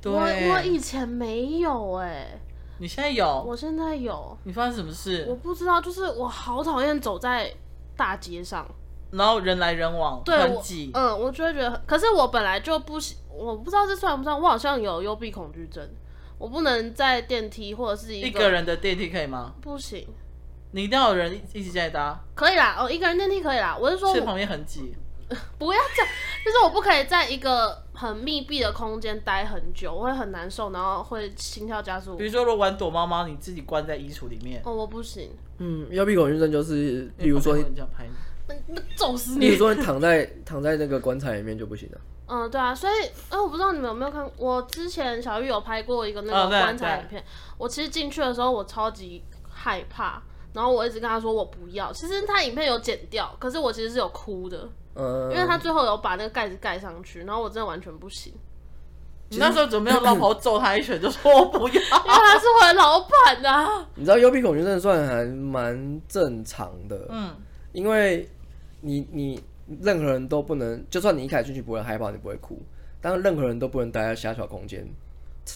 Speaker 3: 对，
Speaker 1: 我我以前没有哎、
Speaker 3: 你现在有？
Speaker 1: 我现在有，
Speaker 3: 你发生什么
Speaker 1: 我
Speaker 3: 事？
Speaker 1: 不知道，就是我好讨厌走在大街上，
Speaker 3: 然后人来人往，
Speaker 1: 对
Speaker 3: 很
Speaker 1: 我
Speaker 3: 挤，，
Speaker 1: 嗯，我就会觉得很，可是我本来就不喜，我不知道这算不算，我好像有幽闭恐惧症，我不能在电梯或者是一
Speaker 3: 一个人的电梯可以吗？
Speaker 1: 不行，
Speaker 3: 你一定要有人一一起在搭，
Speaker 1: 可以啦，哦，一个人电梯可以啦，我是说
Speaker 3: 所以
Speaker 1: 我
Speaker 3: 旁边很挤。
Speaker 1: 不要这样， 就是我不可以在一个很密闭的空间待很久，我会很难受，然后会心跳加速
Speaker 3: 比，如说，如果玩躲猫猫，你自己关在衣橱里面，
Speaker 1: 哦，我不行，
Speaker 2: 嗯，幽闭恐惧症就是，例如说
Speaker 3: 你
Speaker 2: 你，
Speaker 3: 这样拍你，
Speaker 1: 那那揍死
Speaker 2: 例如
Speaker 1: 你！
Speaker 2: 说你躺在躺在那个棺材里面就不行了、
Speaker 1: 嗯，对啊，所以，哎、我不知道你们有没有看，我之前小玉有拍过一个那
Speaker 3: 哦
Speaker 1: 个
Speaker 3: 对
Speaker 1: 棺材
Speaker 3: 对
Speaker 1: 影片，我其实进去的时候我超级害怕，然后我一直跟他说我不要，其实他影片有剪掉，可是我其实是有哭的，
Speaker 2: 嗯，
Speaker 1: 因为他最后有把那个盖子盖上去，然后我真的完全不行，
Speaker 3: 你那时候准备要老婆揍他一拳，就说我不要。
Speaker 1: 因为他是我的老板呐、啊，
Speaker 2: 你知道幽闭恐惧症算还蛮正常的，
Speaker 3: 嗯，
Speaker 2: 因为你你任何人都不能，就算你一开始进去不会害怕，你不会哭，但任何人都不能待在狭小空间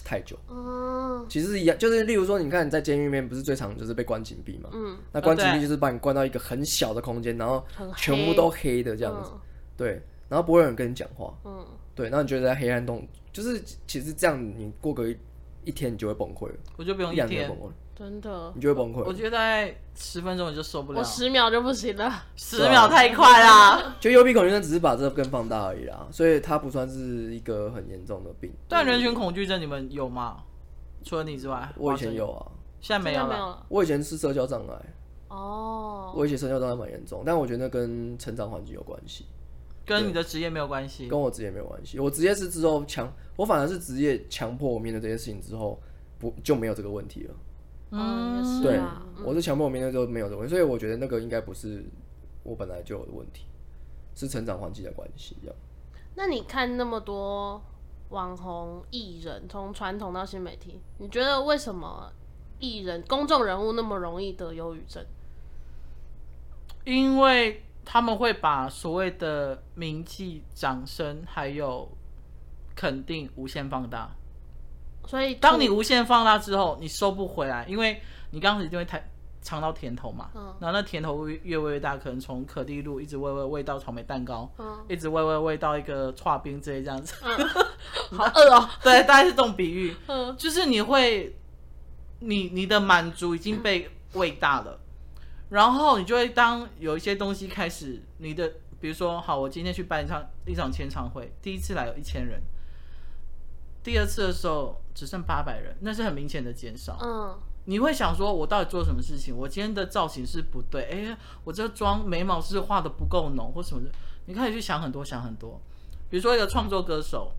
Speaker 2: 太久。
Speaker 1: 嗯
Speaker 2: 其实是一样，就是例如说，你看你在监狱里面不是最常就是被关禁闭嘛？
Speaker 1: 嗯，
Speaker 2: 那关禁
Speaker 3: 对
Speaker 2: 闭就是把你关到一个很小的空间，然后
Speaker 1: 很
Speaker 2: 全
Speaker 1: 黑
Speaker 2: 部都黑的这样子，对，然后不会有人跟你讲话，
Speaker 1: 嗯，
Speaker 2: 对，然后你觉得在黑暗洞，就是其实这样，你过个一一天你就会崩溃了，
Speaker 3: 我就不用
Speaker 2: 一
Speaker 3: 一
Speaker 2: 两天
Speaker 3: 天
Speaker 2: 就，崩溃了，
Speaker 1: 真的，
Speaker 2: 你就会崩溃
Speaker 3: 我
Speaker 2: 了。
Speaker 3: 觉得大概十分钟我就受不了
Speaker 1: 我，十秒就不行了。
Speaker 3: 十秒太快啦。
Speaker 2: 就幽闭恐惧症只是把这个更放大而已啦，所以它不算是一个很严重的病。嗯
Speaker 3: 但人群恐惧症你们有吗？除了你之外，
Speaker 2: 我以前，有啊，
Speaker 3: 现在没有
Speaker 1: 真的没有
Speaker 3: 了。
Speaker 1: 了。
Speaker 2: 我以前是社交障碍，
Speaker 1: 哦，
Speaker 2: 我以前社交障碍蛮严重，但我觉得那跟成长环境有关系，
Speaker 3: 跟你的职业没有关系。
Speaker 2: 跟我职业没有关系。我职业是之后强，我反而是职业强迫我面对这些事情之后，不就没有这个问题了。
Speaker 1: 嗯，也
Speaker 2: 对
Speaker 1: 是啊，嗯
Speaker 2: 我是强迫我面对之后没有这个问题，所以我觉得那个应该不是我本来就有的问题，是成长环境的关系。这样，
Speaker 1: 那你看那么多网红艺人，从传统到新媒体，你觉得为什么艺人、公众人物那么容易得忧郁症？
Speaker 3: 因为他们会把所谓的名气、掌声还有肯定无限放大。
Speaker 1: 所以
Speaker 3: 当你无限放大之后，你收不回来，因为你刚开始一定会太尝到甜头嘛，
Speaker 1: 嗯
Speaker 3: 然后那甜头越越喂越大，可能从可丽露一直喂喂喂到草莓蛋糕，
Speaker 1: 嗯
Speaker 3: 一直喂喂喂到一个串冰之类这 样子。
Speaker 1: 好饿哦，
Speaker 3: 对，大概是这种比喻，
Speaker 1: 嗯
Speaker 3: 就是你会，你你的满足已经被喂大了，然后你就会当有一些东西开始，你的比如说，好，我今天去办一场一场签唱会，第一次来有一千人，第二次的时候只剩八百人，那是很明显的减少。
Speaker 1: 嗯，
Speaker 3: 你会想说，我到底做什么事情？我今天的造型是不对，哎，我这妆眉毛是画的不够浓，或什么的，你开始去想很多，想很多。比如说一个创作歌手，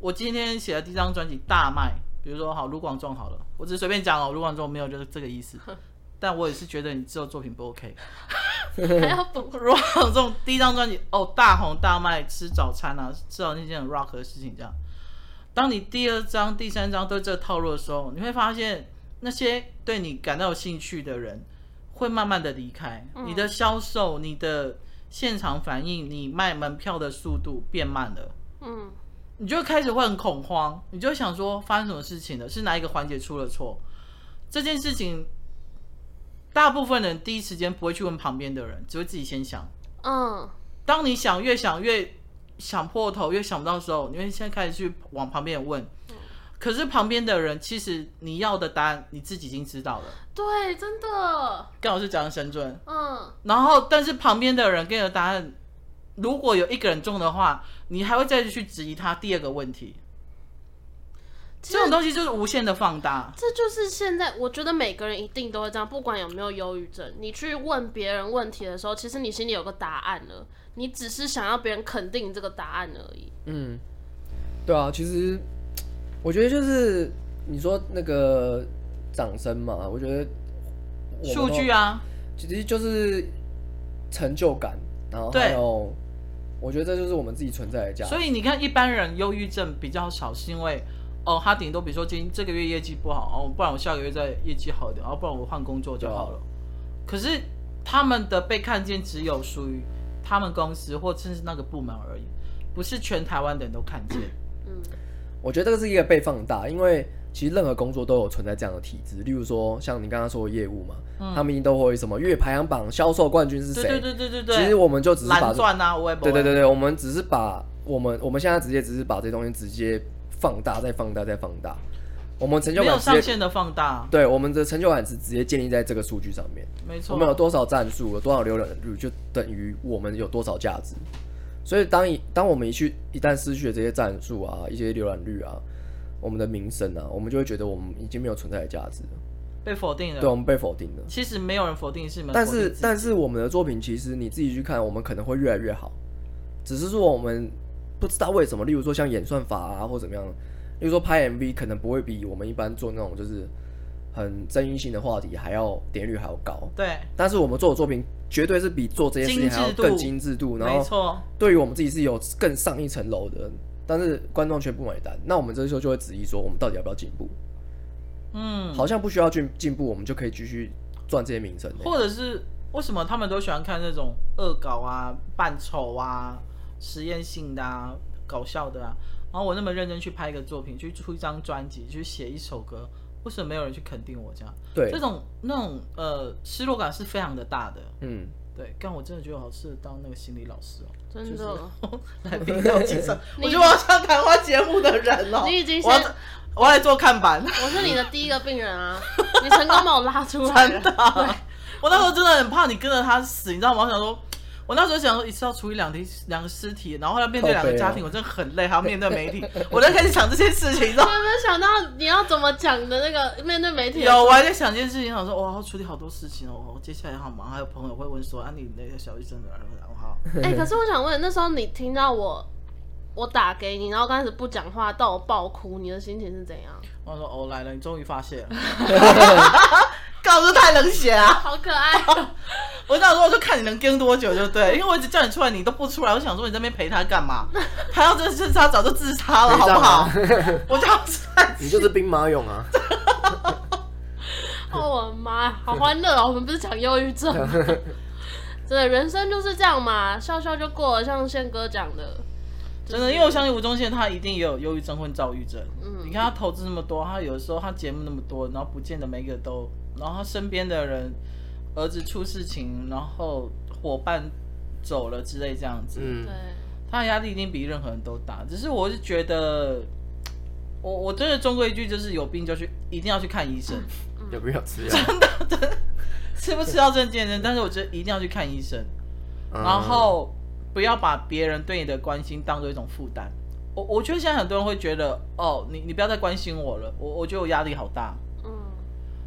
Speaker 3: 我今天写的第一张专辑大卖，比如说好卢广仲好了，我只是随便讲哦，卢广仲没有就是这个意思，但我也是觉得你之后作品不 OK。
Speaker 1: 还要补
Speaker 3: 如果 这种第一张专辑哦大红大卖，吃早餐啊，至少那件很 rock 的事情这样。当你第二张、第三张都这个套路的时候，你会发现那些对你感到有兴趣的人会慢慢的离开，你的销售、你的现场反应、你卖门票的速度变慢了。
Speaker 1: 嗯
Speaker 3: 你就开始会很恐慌，你就会想说发生什么事情了，是哪一个环节出了错？这件事情，大部分人第一时间不会去问旁边的人，只会自己先想。
Speaker 1: 嗯，
Speaker 3: 当你想越想越想破头，越想不到的时候，你会先开始去往旁边问。可是旁边的人，其实你要的答案你自己已经知道了。
Speaker 1: 对，真的，
Speaker 3: 刚好是讲深圳，
Speaker 1: 嗯，
Speaker 3: 然后但是旁边的人给你的答案，如果有一个人中的话，你还会再去质疑他第二个问题。这种东西就是无限的放大。
Speaker 1: 这就是现在，我觉得每个人一定都会这样，不管有没有忧郁症，你去问别人问题的时候，其实你心里有个答案了，你只是想要别人肯定这个答案而已。
Speaker 2: 嗯，对啊，其实我觉得就是你说那个掌声嘛，我觉得我们
Speaker 3: 数据啊，
Speaker 2: 其实就是成就感，然后
Speaker 3: 对
Speaker 2: 还有我觉得这就是我们自己存在的价值。
Speaker 3: 所以你看，一般人忧郁症比较少，是因为哦，他顶多比如说今这个月业绩不好，哦，不然我下个月再业绩好一点，哦，不然我换工作就好了。可是他们的被看见只有属于他们公司或甚至那个部门而已，不是全台湾的人都看见。
Speaker 1: 嗯，
Speaker 2: 我觉得这个是一个被放大，因为其实任何工作都有存在这样的体制，例如说像你刚刚说的业务嘛，他们一定都会什么月排行榜销售冠军是
Speaker 3: 对
Speaker 2: 谁，
Speaker 3: 嗯对对对对对，
Speaker 2: 其实我们就只是把
Speaker 3: 蓝
Speaker 2: 这
Speaker 3: 钻啊，我也不
Speaker 2: 对对对对，我们只是把我们我们现在直接只是把这东西直接放大，再放大，再放大。我们成就
Speaker 3: 没有
Speaker 2: 感直
Speaker 3: 上
Speaker 2: 接，
Speaker 3: 限的放大，
Speaker 2: 对我们的成就感是直接建立在这个数据上面。
Speaker 3: 没错，
Speaker 2: 我们有多少战术，有多少浏览率，就等于我们有多少价值。所以当一当我们一去一旦失去了这些战术啊，一些浏览率啊，我们的名声啊，我们就会觉得我们已经没有存在的价值了，
Speaker 3: 被否定
Speaker 2: 对，
Speaker 3: 了。
Speaker 2: 我们被否定了。
Speaker 3: 其实没有人否定是你们否
Speaker 2: 但
Speaker 3: 定自己，
Speaker 2: 是但是我们的作品其实你自己去看，我们可能会越来越好，只是说我们不知道为什么，例如说像演算法啊或怎么样，例如说拍 MV 可能不会比我们一般做那种就是很争议性的话题还要点击率还要高，
Speaker 3: 对，
Speaker 2: 但是我们做的作品绝对是比做这件事情还要更精
Speaker 3: 精
Speaker 2: 致度，然
Speaker 3: 没
Speaker 2: 后
Speaker 3: 错，
Speaker 2: 对于我们自己是有更上一层楼的，但是观众却不买单，那我们这时候就会质疑说我们到底要不要进步？
Speaker 3: 嗯。
Speaker 2: 好像不需要进进步，我们就可以继续赚这些名声、欸。
Speaker 3: 或者是为什么他们都喜欢看那种恶搞啊、扮丑啊、实验性的啊、搞笑的啊？然后我那么认真去拍一个作品，去出一张专辑，去写一首歌，为什么没有人去肯定我这样？
Speaker 2: 对
Speaker 3: 这，种那种呃失落感是非常的大的。
Speaker 2: 嗯，
Speaker 3: 对，但我真的觉得我好适合当那个心理老师 哦，
Speaker 1: 真的。
Speaker 3: 来宾要介绍，
Speaker 1: 你
Speaker 3: 我觉得我好像谈话节目的人哦。
Speaker 1: 你已经
Speaker 3: 我要
Speaker 1: 先
Speaker 3: 我要来做看板，
Speaker 1: 我是你的第一个病人啊，你成功把我拉出 来
Speaker 3: 真的
Speaker 1: 了。，
Speaker 3: 我那时候真的很怕你跟着他死，你知道吗？我想说，我那时候想说一次要处理两题两个尸体，然后要面对两个家庭，我真的很累，还要面对媒体，我在开始想这些事情，你知
Speaker 1: 我
Speaker 3: 道吗？
Speaker 1: 有没有想到你要怎么讲的那个面对媒体的？
Speaker 3: 有，我还在想这件事情，想说哇，要处理好多事情哦，我接下来好忙，还有朋友会问说啊，你那个小医生的儿子，我好，
Speaker 1: 哎、可是我想问，那时候你听到我我打给你，然后刚开始不讲话，到我爆哭，你的心情是怎样？
Speaker 3: 我说哦来了，你终于发现了， 告诉太冷血啊！
Speaker 1: 好可 爱，
Speaker 3: 我想说，我就看你能跟多久就对，因为我一直叫你出来，你都不出来。我想说，你在那边陪他干嘛？他要真是他早就自杀呃
Speaker 2: 啊
Speaker 3: 了，好不好？ 我就要算
Speaker 2: 你就是兵马 俑啊。
Speaker 1: 哦我的妈，好欢乐哦！我们不是讲忧郁 症吗，真的人生就是这样嘛，笑笑就过了，像宪哥讲的，
Speaker 3: 真的，因为我相信吴宗宪他一定也有忧郁症或躁郁症。
Speaker 1: 嗯
Speaker 3: 你看他投资那么多，他有的时候他节目那么多，然后不见得每一个都，然后他身边的人儿子出事情，然后伙伴走了之类这样子，
Speaker 2: 嗯
Speaker 1: 对，
Speaker 3: 他的压力一定比任何人都大。只是我是觉得，我我真的中规一句，就是有病就去，一定要去看医生。
Speaker 2: 有没有吃药？
Speaker 3: 吃不吃到这健身，但是我觉得一定要去看医生，
Speaker 2: 嗯
Speaker 3: 然后不要把别人对你的关心当做一种负担。我我觉得现在很多人会觉得，哦，你你不要再关心我了，我我觉得我压力好大。
Speaker 1: 嗯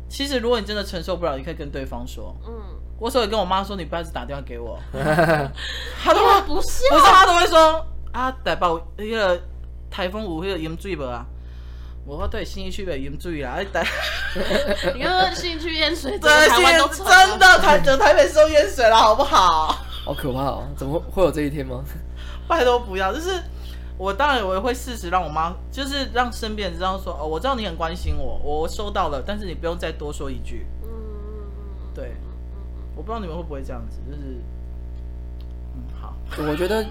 Speaker 3: 其实如果你真的承受不了，你可以跟对方说。
Speaker 1: 嗯，
Speaker 3: 我所以跟我妈说，你不要一直打电话给 我，她都
Speaker 1: 我
Speaker 3: 会，
Speaker 1: 不是
Speaker 3: 不是她都会说啊，台北迄个台风有迄个淹水无啊？我对新一区的淹水啦，哎台。
Speaker 1: 你看看兴趣淹水，整
Speaker 3: 对
Speaker 1: 个，台
Speaker 3: 现
Speaker 1: 湾
Speaker 3: 在
Speaker 1: 都沉了
Speaker 3: 真的台整台北收淹水了，好不好？
Speaker 2: 好可怕哦！怎么会会有这一天吗？
Speaker 3: 拜托不要，就是我当然我也会适时让我妈，就是让身边人知道说，哦，我知道你很关心我，我收到了，但是你不用再多说一句。
Speaker 1: 嗯嗯嗯
Speaker 3: 对，我不知道你们会不会这样子，就是，嗯，好，
Speaker 2: 我觉得，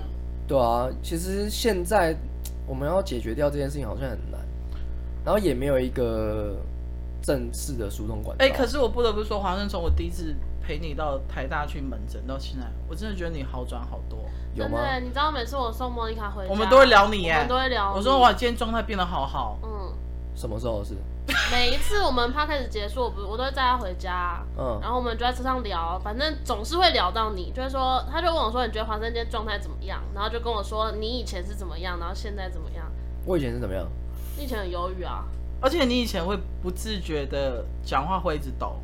Speaker 2: 对啊，其实现在我们要解决掉这件事情好像很难，然后也没有一个正式的疏通管道。
Speaker 3: 哎、可是我不得不说，黄胜从我第一次陪你到台大去门诊到现在，我真的觉得你好转好多。
Speaker 2: 有
Speaker 1: 真
Speaker 2: 吗？
Speaker 1: 的，你知道每次我送莫妮卡回家，
Speaker 3: 我们都会聊你耶
Speaker 1: 我们都会聊。
Speaker 3: 我说，哇，今天状态变得好好，
Speaker 1: 嗯，
Speaker 2: 什么时候是？
Speaker 1: 每一次我们 p 开始结束，我不我都会载他回家，
Speaker 2: 嗯，
Speaker 1: 然后我们就在车上聊，反正总是会聊到你，就是说，他就问我说，你觉得黄生今天状态怎么样？然后就跟我说，你以前是怎么样，然后现在怎么样？
Speaker 2: 我以前是怎么样？
Speaker 1: 你以前很忧郁啊，
Speaker 3: 而且你以前会不自觉的讲话会一直抖，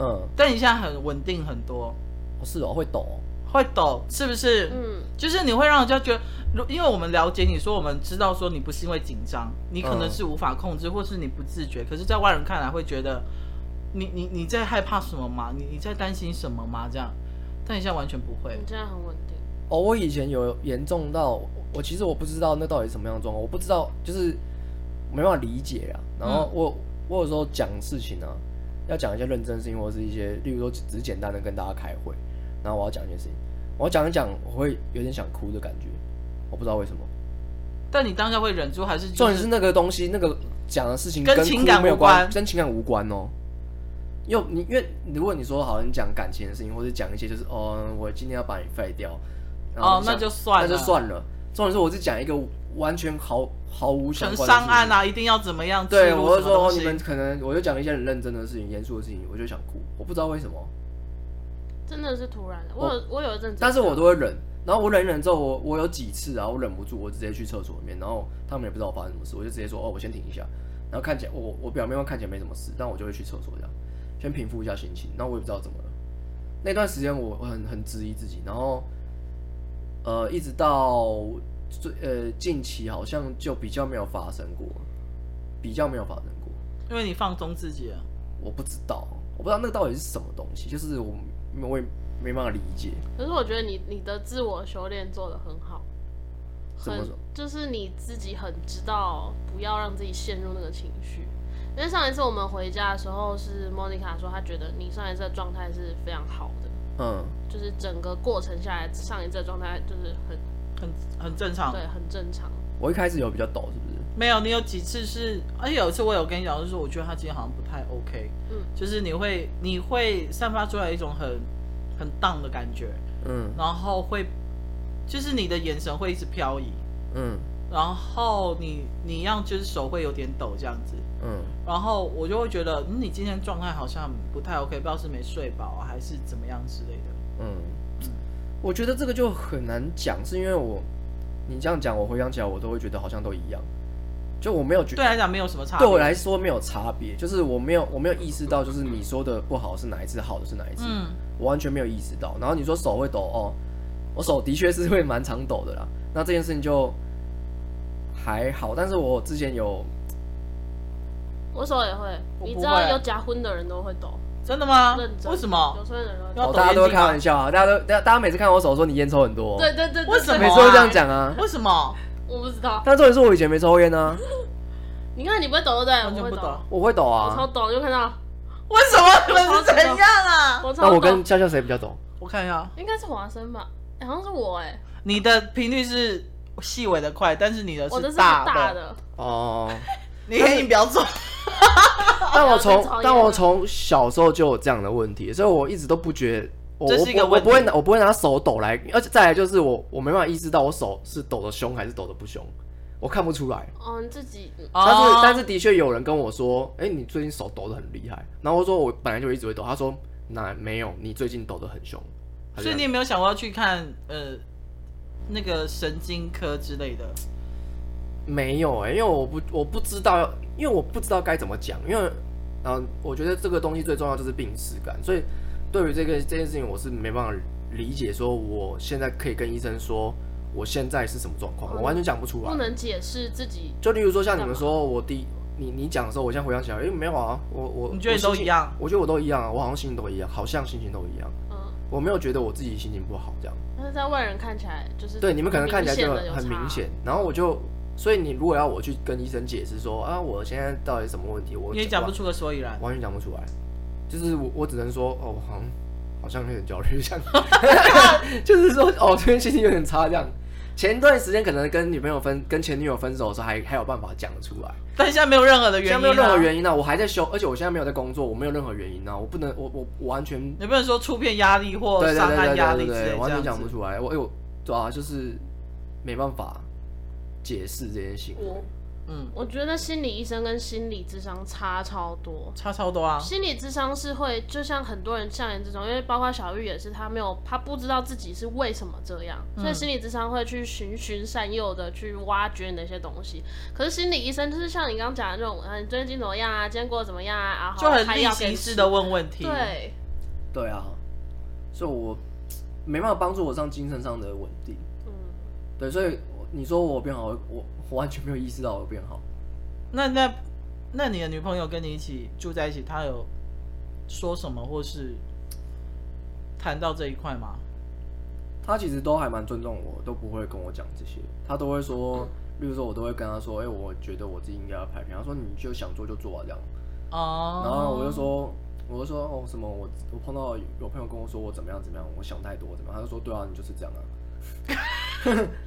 Speaker 2: 嗯，
Speaker 3: 但你现在很稳定很多，
Speaker 2: 哦是哦，会抖哦、
Speaker 3: 会抖是不是？
Speaker 1: 嗯，
Speaker 3: 就是你会让人家觉得，如因为我们了解你说，我们知道说你不是因为紧张，你可能
Speaker 2: 嗯
Speaker 3: 是无法控制，或是你不自觉。可是，在外人看来会觉得，你你你在害怕什么吗？你你在担心什么吗？这样，但你现在完全不会
Speaker 1: 你。现在很稳定，
Speaker 2: 哦，我以前有严重到我我其实我不知道那到底是什么样的状况，我不知道就是没办法理解啊。然后
Speaker 3: 嗯
Speaker 2: 我、我有时候讲事情啊，要讲一些认真的事情，或者是一些，例如说只只是简单的跟大家开会，然后我要讲一些事情，我讲一讲我会有点想哭的感觉，我不知道为什么。
Speaker 3: 但你当下会忍住，还是
Speaker 2: 重
Speaker 3: 就
Speaker 2: 点是那个东西，那个讲的事情
Speaker 3: 跟
Speaker 2: 跟
Speaker 3: 情
Speaker 2: 哭
Speaker 3: 感
Speaker 2: 没有
Speaker 3: 无关
Speaker 2: 跟情感无关哦。因为你因为如果你说好，你讲感情的事情，或者讲一些就是哦，我今天要把你废掉，然后
Speaker 3: 哦
Speaker 2: 你
Speaker 3: 那
Speaker 2: 想
Speaker 3: 就算了
Speaker 2: 那就算了。重点是我是讲一个完全毫毫无相
Speaker 3: 很
Speaker 2: 关的
Speaker 3: 上岸
Speaker 2: 啊。
Speaker 3: 啊，一定要怎么样？
Speaker 2: 对，
Speaker 3: 记录
Speaker 2: 我就
Speaker 3: 什么
Speaker 2: 说
Speaker 3: 东
Speaker 2: 哦，你
Speaker 3: 西
Speaker 2: 们可能我就讲一些很认真的事情、严肃的事情，我就想哭，我不知道为什么，
Speaker 1: 真的是突然的。我有我有一阵子，
Speaker 2: 但是我都会忍。然后我忍一忍之后，我我有几次啊，我忍不住，我直接去厕所里面，然后他们也不知道我发生什么事，我就直接说哦，我先停一下。然后看起来我我表面上看起来没什么事，但我就会去厕所这样，先平复一下心情。然后我也不知道怎么了，那段时间我我很很质疑自己，然后呃，一直到最呃近期好像就比较没有发生过，比较没有发生过。
Speaker 3: 因为你放纵自己了。
Speaker 2: 我不知道，我不知道那个到底是什么东西，就是我我也没办法理解。
Speaker 1: 可是我觉得你你的自我修炼做的很好，
Speaker 2: 怎么
Speaker 1: 很
Speaker 2: 说
Speaker 1: 就是你自己很知道不要让自己陷入那个情绪。因为上一次我们回家的时候，是莫妮卡说她觉得你上一次的状态是非常好的，
Speaker 2: 嗯，
Speaker 1: 就是整个过程下来，上一次的状态就是很
Speaker 3: 很很正常，
Speaker 1: 对，很正常。
Speaker 2: 我一开始有比较抖，是不是？
Speaker 3: 没有，你有几次是，而且有一次我有跟你讲，就是我觉得他今天好像不太 OK，
Speaker 1: 嗯
Speaker 3: 就是你会你会散发出来一种很很 down 的感觉，
Speaker 2: 嗯
Speaker 3: 然后会就是你的眼神会一直漂移，
Speaker 2: 嗯
Speaker 3: 然后你你一样就是手会有点抖这样子，
Speaker 2: 嗯
Speaker 3: 然后我就会觉得，嗯，你今天状态好像不太 OK，不知道是没睡饱、啊、还是怎么样之类的。
Speaker 2: 嗯，我觉得这个就很难讲，是因为我你这样讲，我回想起来，我都会觉得好像都一样，就我没有觉
Speaker 3: 对来讲没有什么差别，
Speaker 2: 对我来说没有差别，就是我没有我没有意识到，就是你说的不好是哪一次，好的是哪一次，
Speaker 3: 嗯，
Speaker 2: 我完全没有意识到。然后你说手会抖哦，我手的确是会蛮常抖的啦。那这件事情就还好，但是我之前有
Speaker 1: 我手也会，
Speaker 3: 我
Speaker 1: 你
Speaker 3: 不
Speaker 1: 知道
Speaker 3: 会
Speaker 1: 有假婚的人都会抖，
Speaker 3: 真的吗
Speaker 1: 认？真。
Speaker 3: 为什么
Speaker 1: 有？些人都会
Speaker 3: 要
Speaker 1: 抖。
Speaker 2: 哦，
Speaker 3: 抖
Speaker 2: 大家都会
Speaker 3: 眼睛
Speaker 2: 开
Speaker 3: 吗
Speaker 2: 玩笑啊，大家都大家大家每次看我手说你烟抽很多、哦，
Speaker 1: 对对对对，
Speaker 3: 为什
Speaker 1: 对
Speaker 3: 么
Speaker 2: 每
Speaker 3: 啊
Speaker 2: 次都这样讲啊。
Speaker 3: 为什么？
Speaker 1: 我不知道。
Speaker 2: 但重点是我以前没抽烟啊，
Speaker 1: 你看你不会抖对不对？
Speaker 3: 完
Speaker 1: 哎我
Speaker 3: 全
Speaker 1: 会
Speaker 3: 不懂
Speaker 1: 抖，。
Speaker 2: 我会抖
Speaker 1: 我超
Speaker 2: 啊。
Speaker 1: 抖，你就看到
Speaker 3: 为什么你们是怎样啊？
Speaker 1: 我超
Speaker 2: 那
Speaker 1: 抖。
Speaker 2: 我跟笑笑谁比较懂？
Speaker 3: 我看一下，
Speaker 1: 应该是华生吧？哎好像是我哎、
Speaker 3: 你的频率是细微的快，但是你的
Speaker 1: 我的
Speaker 3: 是
Speaker 1: 是
Speaker 3: 大
Speaker 1: 大。的， 哦
Speaker 2: 哦，
Speaker 3: 你可以不 要做，
Speaker 2: 但我
Speaker 1: 我要
Speaker 2: 从
Speaker 1: 跟
Speaker 3: 啊
Speaker 1: 抽烟
Speaker 2: 但我从小时候就有这样的问题，所以我一直都不觉得我
Speaker 3: 这
Speaker 2: 我
Speaker 3: 是一个
Speaker 2: 不我
Speaker 3: 问题
Speaker 2: 不会拿我不会拿手抖来，而且再来就是我我没办法意识到我手是抖的凶还是抖的不凶，我看不出来。
Speaker 1: 哦，你自己嗯
Speaker 2: 但是、
Speaker 3: 哦
Speaker 2: 但是的确有人跟我说，哎、你最近手抖的很厉害。然后我说我本来就一直会抖，他说那没有，你最近抖的很凶。他就
Speaker 3: 所以你有没有想过要去看呃那个神经科之类的？
Speaker 2: 没有哎、因为我不我不知道，因为我不知道该怎么讲，因为然后我觉得这个东西最重要就是病耻感，所以对于这个这件事情我是没办法理解，说我现在可以跟医生说我现在是什么状况，我完全讲不出
Speaker 1: 哦不
Speaker 2: 来。
Speaker 1: 能解释自己
Speaker 2: 就例如说像你们说我第你你讲的时候，我现在回想起来，哎、没有啊，我我
Speaker 3: 你觉得你都一？样
Speaker 2: 我心情我觉得我都一样啊，我好像心情都一样，好像心情都一样，
Speaker 1: 嗯，
Speaker 2: 我没有觉得我自己心情不好这样。
Speaker 1: 但是在外人看起来就是
Speaker 2: 对，你们可能看起来就
Speaker 1: 明显
Speaker 2: 很
Speaker 1: 的有
Speaker 2: 很
Speaker 1: 差
Speaker 2: 明显。然后我就，所以你如果要我去跟医生解释说啊，我现在到底什么问题，我
Speaker 3: 你也讲不，出个所以然
Speaker 2: 完。完全讲不出来。就是我，我只能说，哦，我好 像好像有点焦虑，这样，就是说，哦，最近心情有点差，这样。前段时间可能跟女朋友分，跟前女友分手的时候还还有办法讲得出来，
Speaker 3: 但现在没有任何的
Speaker 2: 现
Speaker 3: 原
Speaker 2: 在
Speaker 3: 因、啊，
Speaker 2: 没有任何原因呢、我还在休，而且我现在没有在工作，我没有任何原因呢、啊我不能，我我我完全
Speaker 3: 你不能说出片压力或
Speaker 2: 对对
Speaker 3: 伤
Speaker 2: 对
Speaker 3: 害
Speaker 2: 对
Speaker 3: 压
Speaker 2: 对
Speaker 3: 力之
Speaker 2: 对
Speaker 3: 类
Speaker 2: 对，
Speaker 3: 这
Speaker 2: 完全
Speaker 3: 样
Speaker 2: 讲不
Speaker 3: 子。
Speaker 2: 出来，我哎我对啊，就是没办法解释这件行为。
Speaker 1: 我
Speaker 3: 嗯，
Speaker 1: 我觉得心理医生跟心理智商差超多。
Speaker 3: 差超多啊。
Speaker 1: 心理智商是会，就像很多人像你这种，因为包括小玉也是，她没有，她不知道自己是为什么这样，
Speaker 3: 嗯
Speaker 1: 所以心理智商会去循循善诱的去挖掘你的一些东西。可是心理医生就是像你刚刚讲的这种，啊，你最近怎么样啊？今天过得怎么样啊？啊，好
Speaker 3: 就很
Speaker 1: 开
Speaker 3: 例
Speaker 1: 药给
Speaker 3: 行
Speaker 1: 你
Speaker 3: 式
Speaker 1: 吃
Speaker 3: 的问问题。，
Speaker 1: 对，
Speaker 2: 对啊，所以我没办法帮助我上精神上的稳定。
Speaker 1: 嗯，
Speaker 2: 对，所以你说我变好，我我完全没有意识到我变好。
Speaker 3: 那那那你的女朋友跟你一起住在一起，她有说什么或是谈到这一块吗？
Speaker 2: 他其实都还蛮尊重我，都不会跟我讲这些，他都会
Speaker 3: 嗯
Speaker 2: 说，例如说我都会跟他说，哎、我觉得我自己应该要拍片，他说你就想做就做啊这样。
Speaker 3: 哦、
Speaker 2: 然后我就，说，我就说哦什么我我碰到有朋友跟我说我怎么样怎么样，我想太多怎么样，他就说对啊你就是这样啊，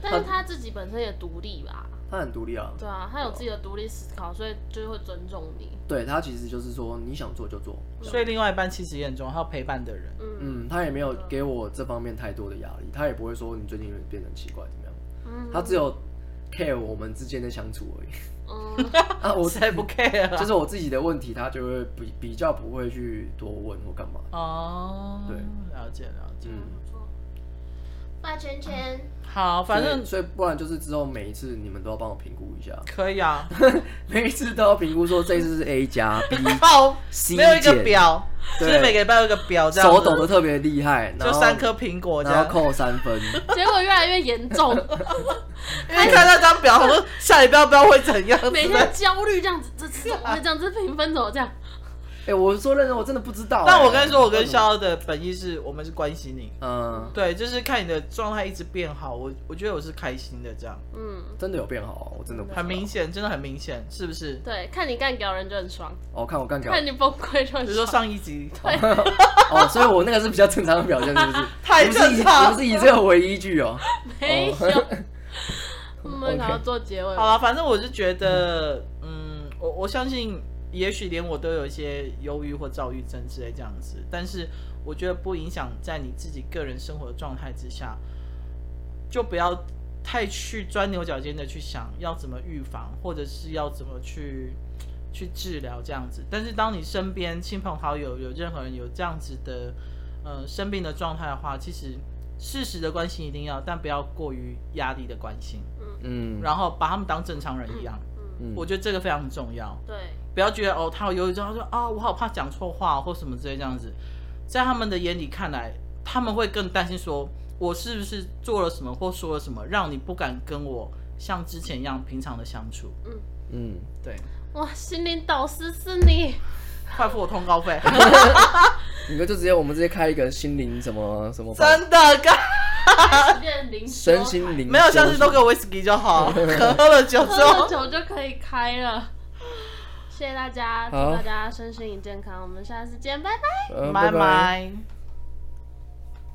Speaker 1: 但是她自己本身也独立吧，
Speaker 2: 他很独立啊，
Speaker 1: 对啊，她有自己的独立思考，所以就会尊重你，
Speaker 2: 对他其实就是说你想做就做，
Speaker 3: 所以另外一半其实也很重要，还有陪伴的人。
Speaker 1: 嗯
Speaker 2: 嗯，他也没有给我这方面太多的压力，他也不会说你最近变得很奇怪怎么样，
Speaker 1: 嗯
Speaker 2: 他只有 care 我们之间的相处而已
Speaker 1: 嗯，
Speaker 2: 啊，我
Speaker 3: 才不 care 啊
Speaker 2: 就是我自己的问题，他就会比比较不会去多问或干嘛，
Speaker 3: 哦，
Speaker 2: 对，
Speaker 3: 了解了解。
Speaker 2: 嗯，
Speaker 1: 不错，发圈圈，
Speaker 3: 好，反正
Speaker 2: 所以所以不然就是之后每一次你们都要帮我评估一下，
Speaker 3: 可以啊。
Speaker 2: 每一次都要评估说这一次是 A 加 B
Speaker 3: 报
Speaker 2: C
Speaker 3: 没有一个
Speaker 2: 减
Speaker 3: 表，就
Speaker 2: 对
Speaker 3: 是每个礼拜有一个表这样子
Speaker 2: 手抖的特别厉害，然
Speaker 3: 就
Speaker 2: 后
Speaker 3: 三颗苹果这
Speaker 2: 然后
Speaker 3: 样。
Speaker 2: 扣三 分，
Speaker 1: 结果越来越严重，
Speaker 3: 因为哎看那张表，我说下礼拜不知道会怎样。
Speaker 1: 每天焦虑这样子，这次怎么会这样？这评分怎么这样？
Speaker 2: 哎，我说认真，我真的不知道欸。
Speaker 3: 但我跟你说，我跟
Speaker 2: 肖，
Speaker 3: 肖的本意是我们是关心你，
Speaker 2: 嗯，
Speaker 3: 对，就是看你的状态一直变好，我我觉得我是开心的，这样
Speaker 1: 嗯，
Speaker 2: 真的有变好，哦我真的不知道
Speaker 3: 很明。显，真的很明显，是不是？
Speaker 1: 对，看你干掉人就很爽，
Speaker 2: 哦，看我干掉
Speaker 1: 看你崩溃就很
Speaker 3: 比如说
Speaker 1: 爽。
Speaker 3: 上一集，
Speaker 2: 哦，所以我那个是比较正常的表现，是不是？
Speaker 3: 太
Speaker 2: 你不是以
Speaker 3: 正常
Speaker 2: 你不是以这个为依据哦。
Speaker 1: 没有， 我们
Speaker 2: OK
Speaker 1: 想要做结尾
Speaker 3: 好了，反正我是觉得，嗯，我我相信，也许连我都有一些忧郁或躁郁症之类这样子，但是我觉得不影响在你自己个人生活的状态之下，就不要太去钻牛角尖的去想要怎么预防，或者是要怎么去去治疗这样子。但是当你身边亲朋好友有任何人有这样子的呃生病的状态的话，其实适时的关心一定要，但不要过于压力的关心。
Speaker 2: 嗯，
Speaker 3: 然后把他们当正常人一样。
Speaker 1: 嗯，
Speaker 2: 嗯
Speaker 3: 我觉得这个非常重要，
Speaker 1: 对，
Speaker 3: 不要觉得哦，他有忧郁症，他说啊、我好怕讲错话或什么之类这样子，在他们的眼里看来，他们会更担心说，我是不是做了什么或说了什么，让你不敢跟我像之前一样平常的相处。
Speaker 2: 嗯，
Speaker 3: 对，
Speaker 1: 哇，心灵导师是你，
Speaker 3: 快付我通告 费，
Speaker 2: 你们就直接我们直接开一个心灵什么什么房
Speaker 3: 真的干
Speaker 1: 变灵修
Speaker 2: 身心灵
Speaker 3: 没有，
Speaker 2: 休息
Speaker 3: 下次都给我 whisky 就 好，可喝了酒
Speaker 1: 喝
Speaker 3: 之
Speaker 1: 了
Speaker 3: 后，
Speaker 1: 酒就可以开了。谢谢大家，祝
Speaker 2: 好
Speaker 1: 大家身心灵健康，我们下次见，拜拜。
Speaker 2: 呃
Speaker 3: 嗯拜
Speaker 2: 拜。
Speaker 3: 拜。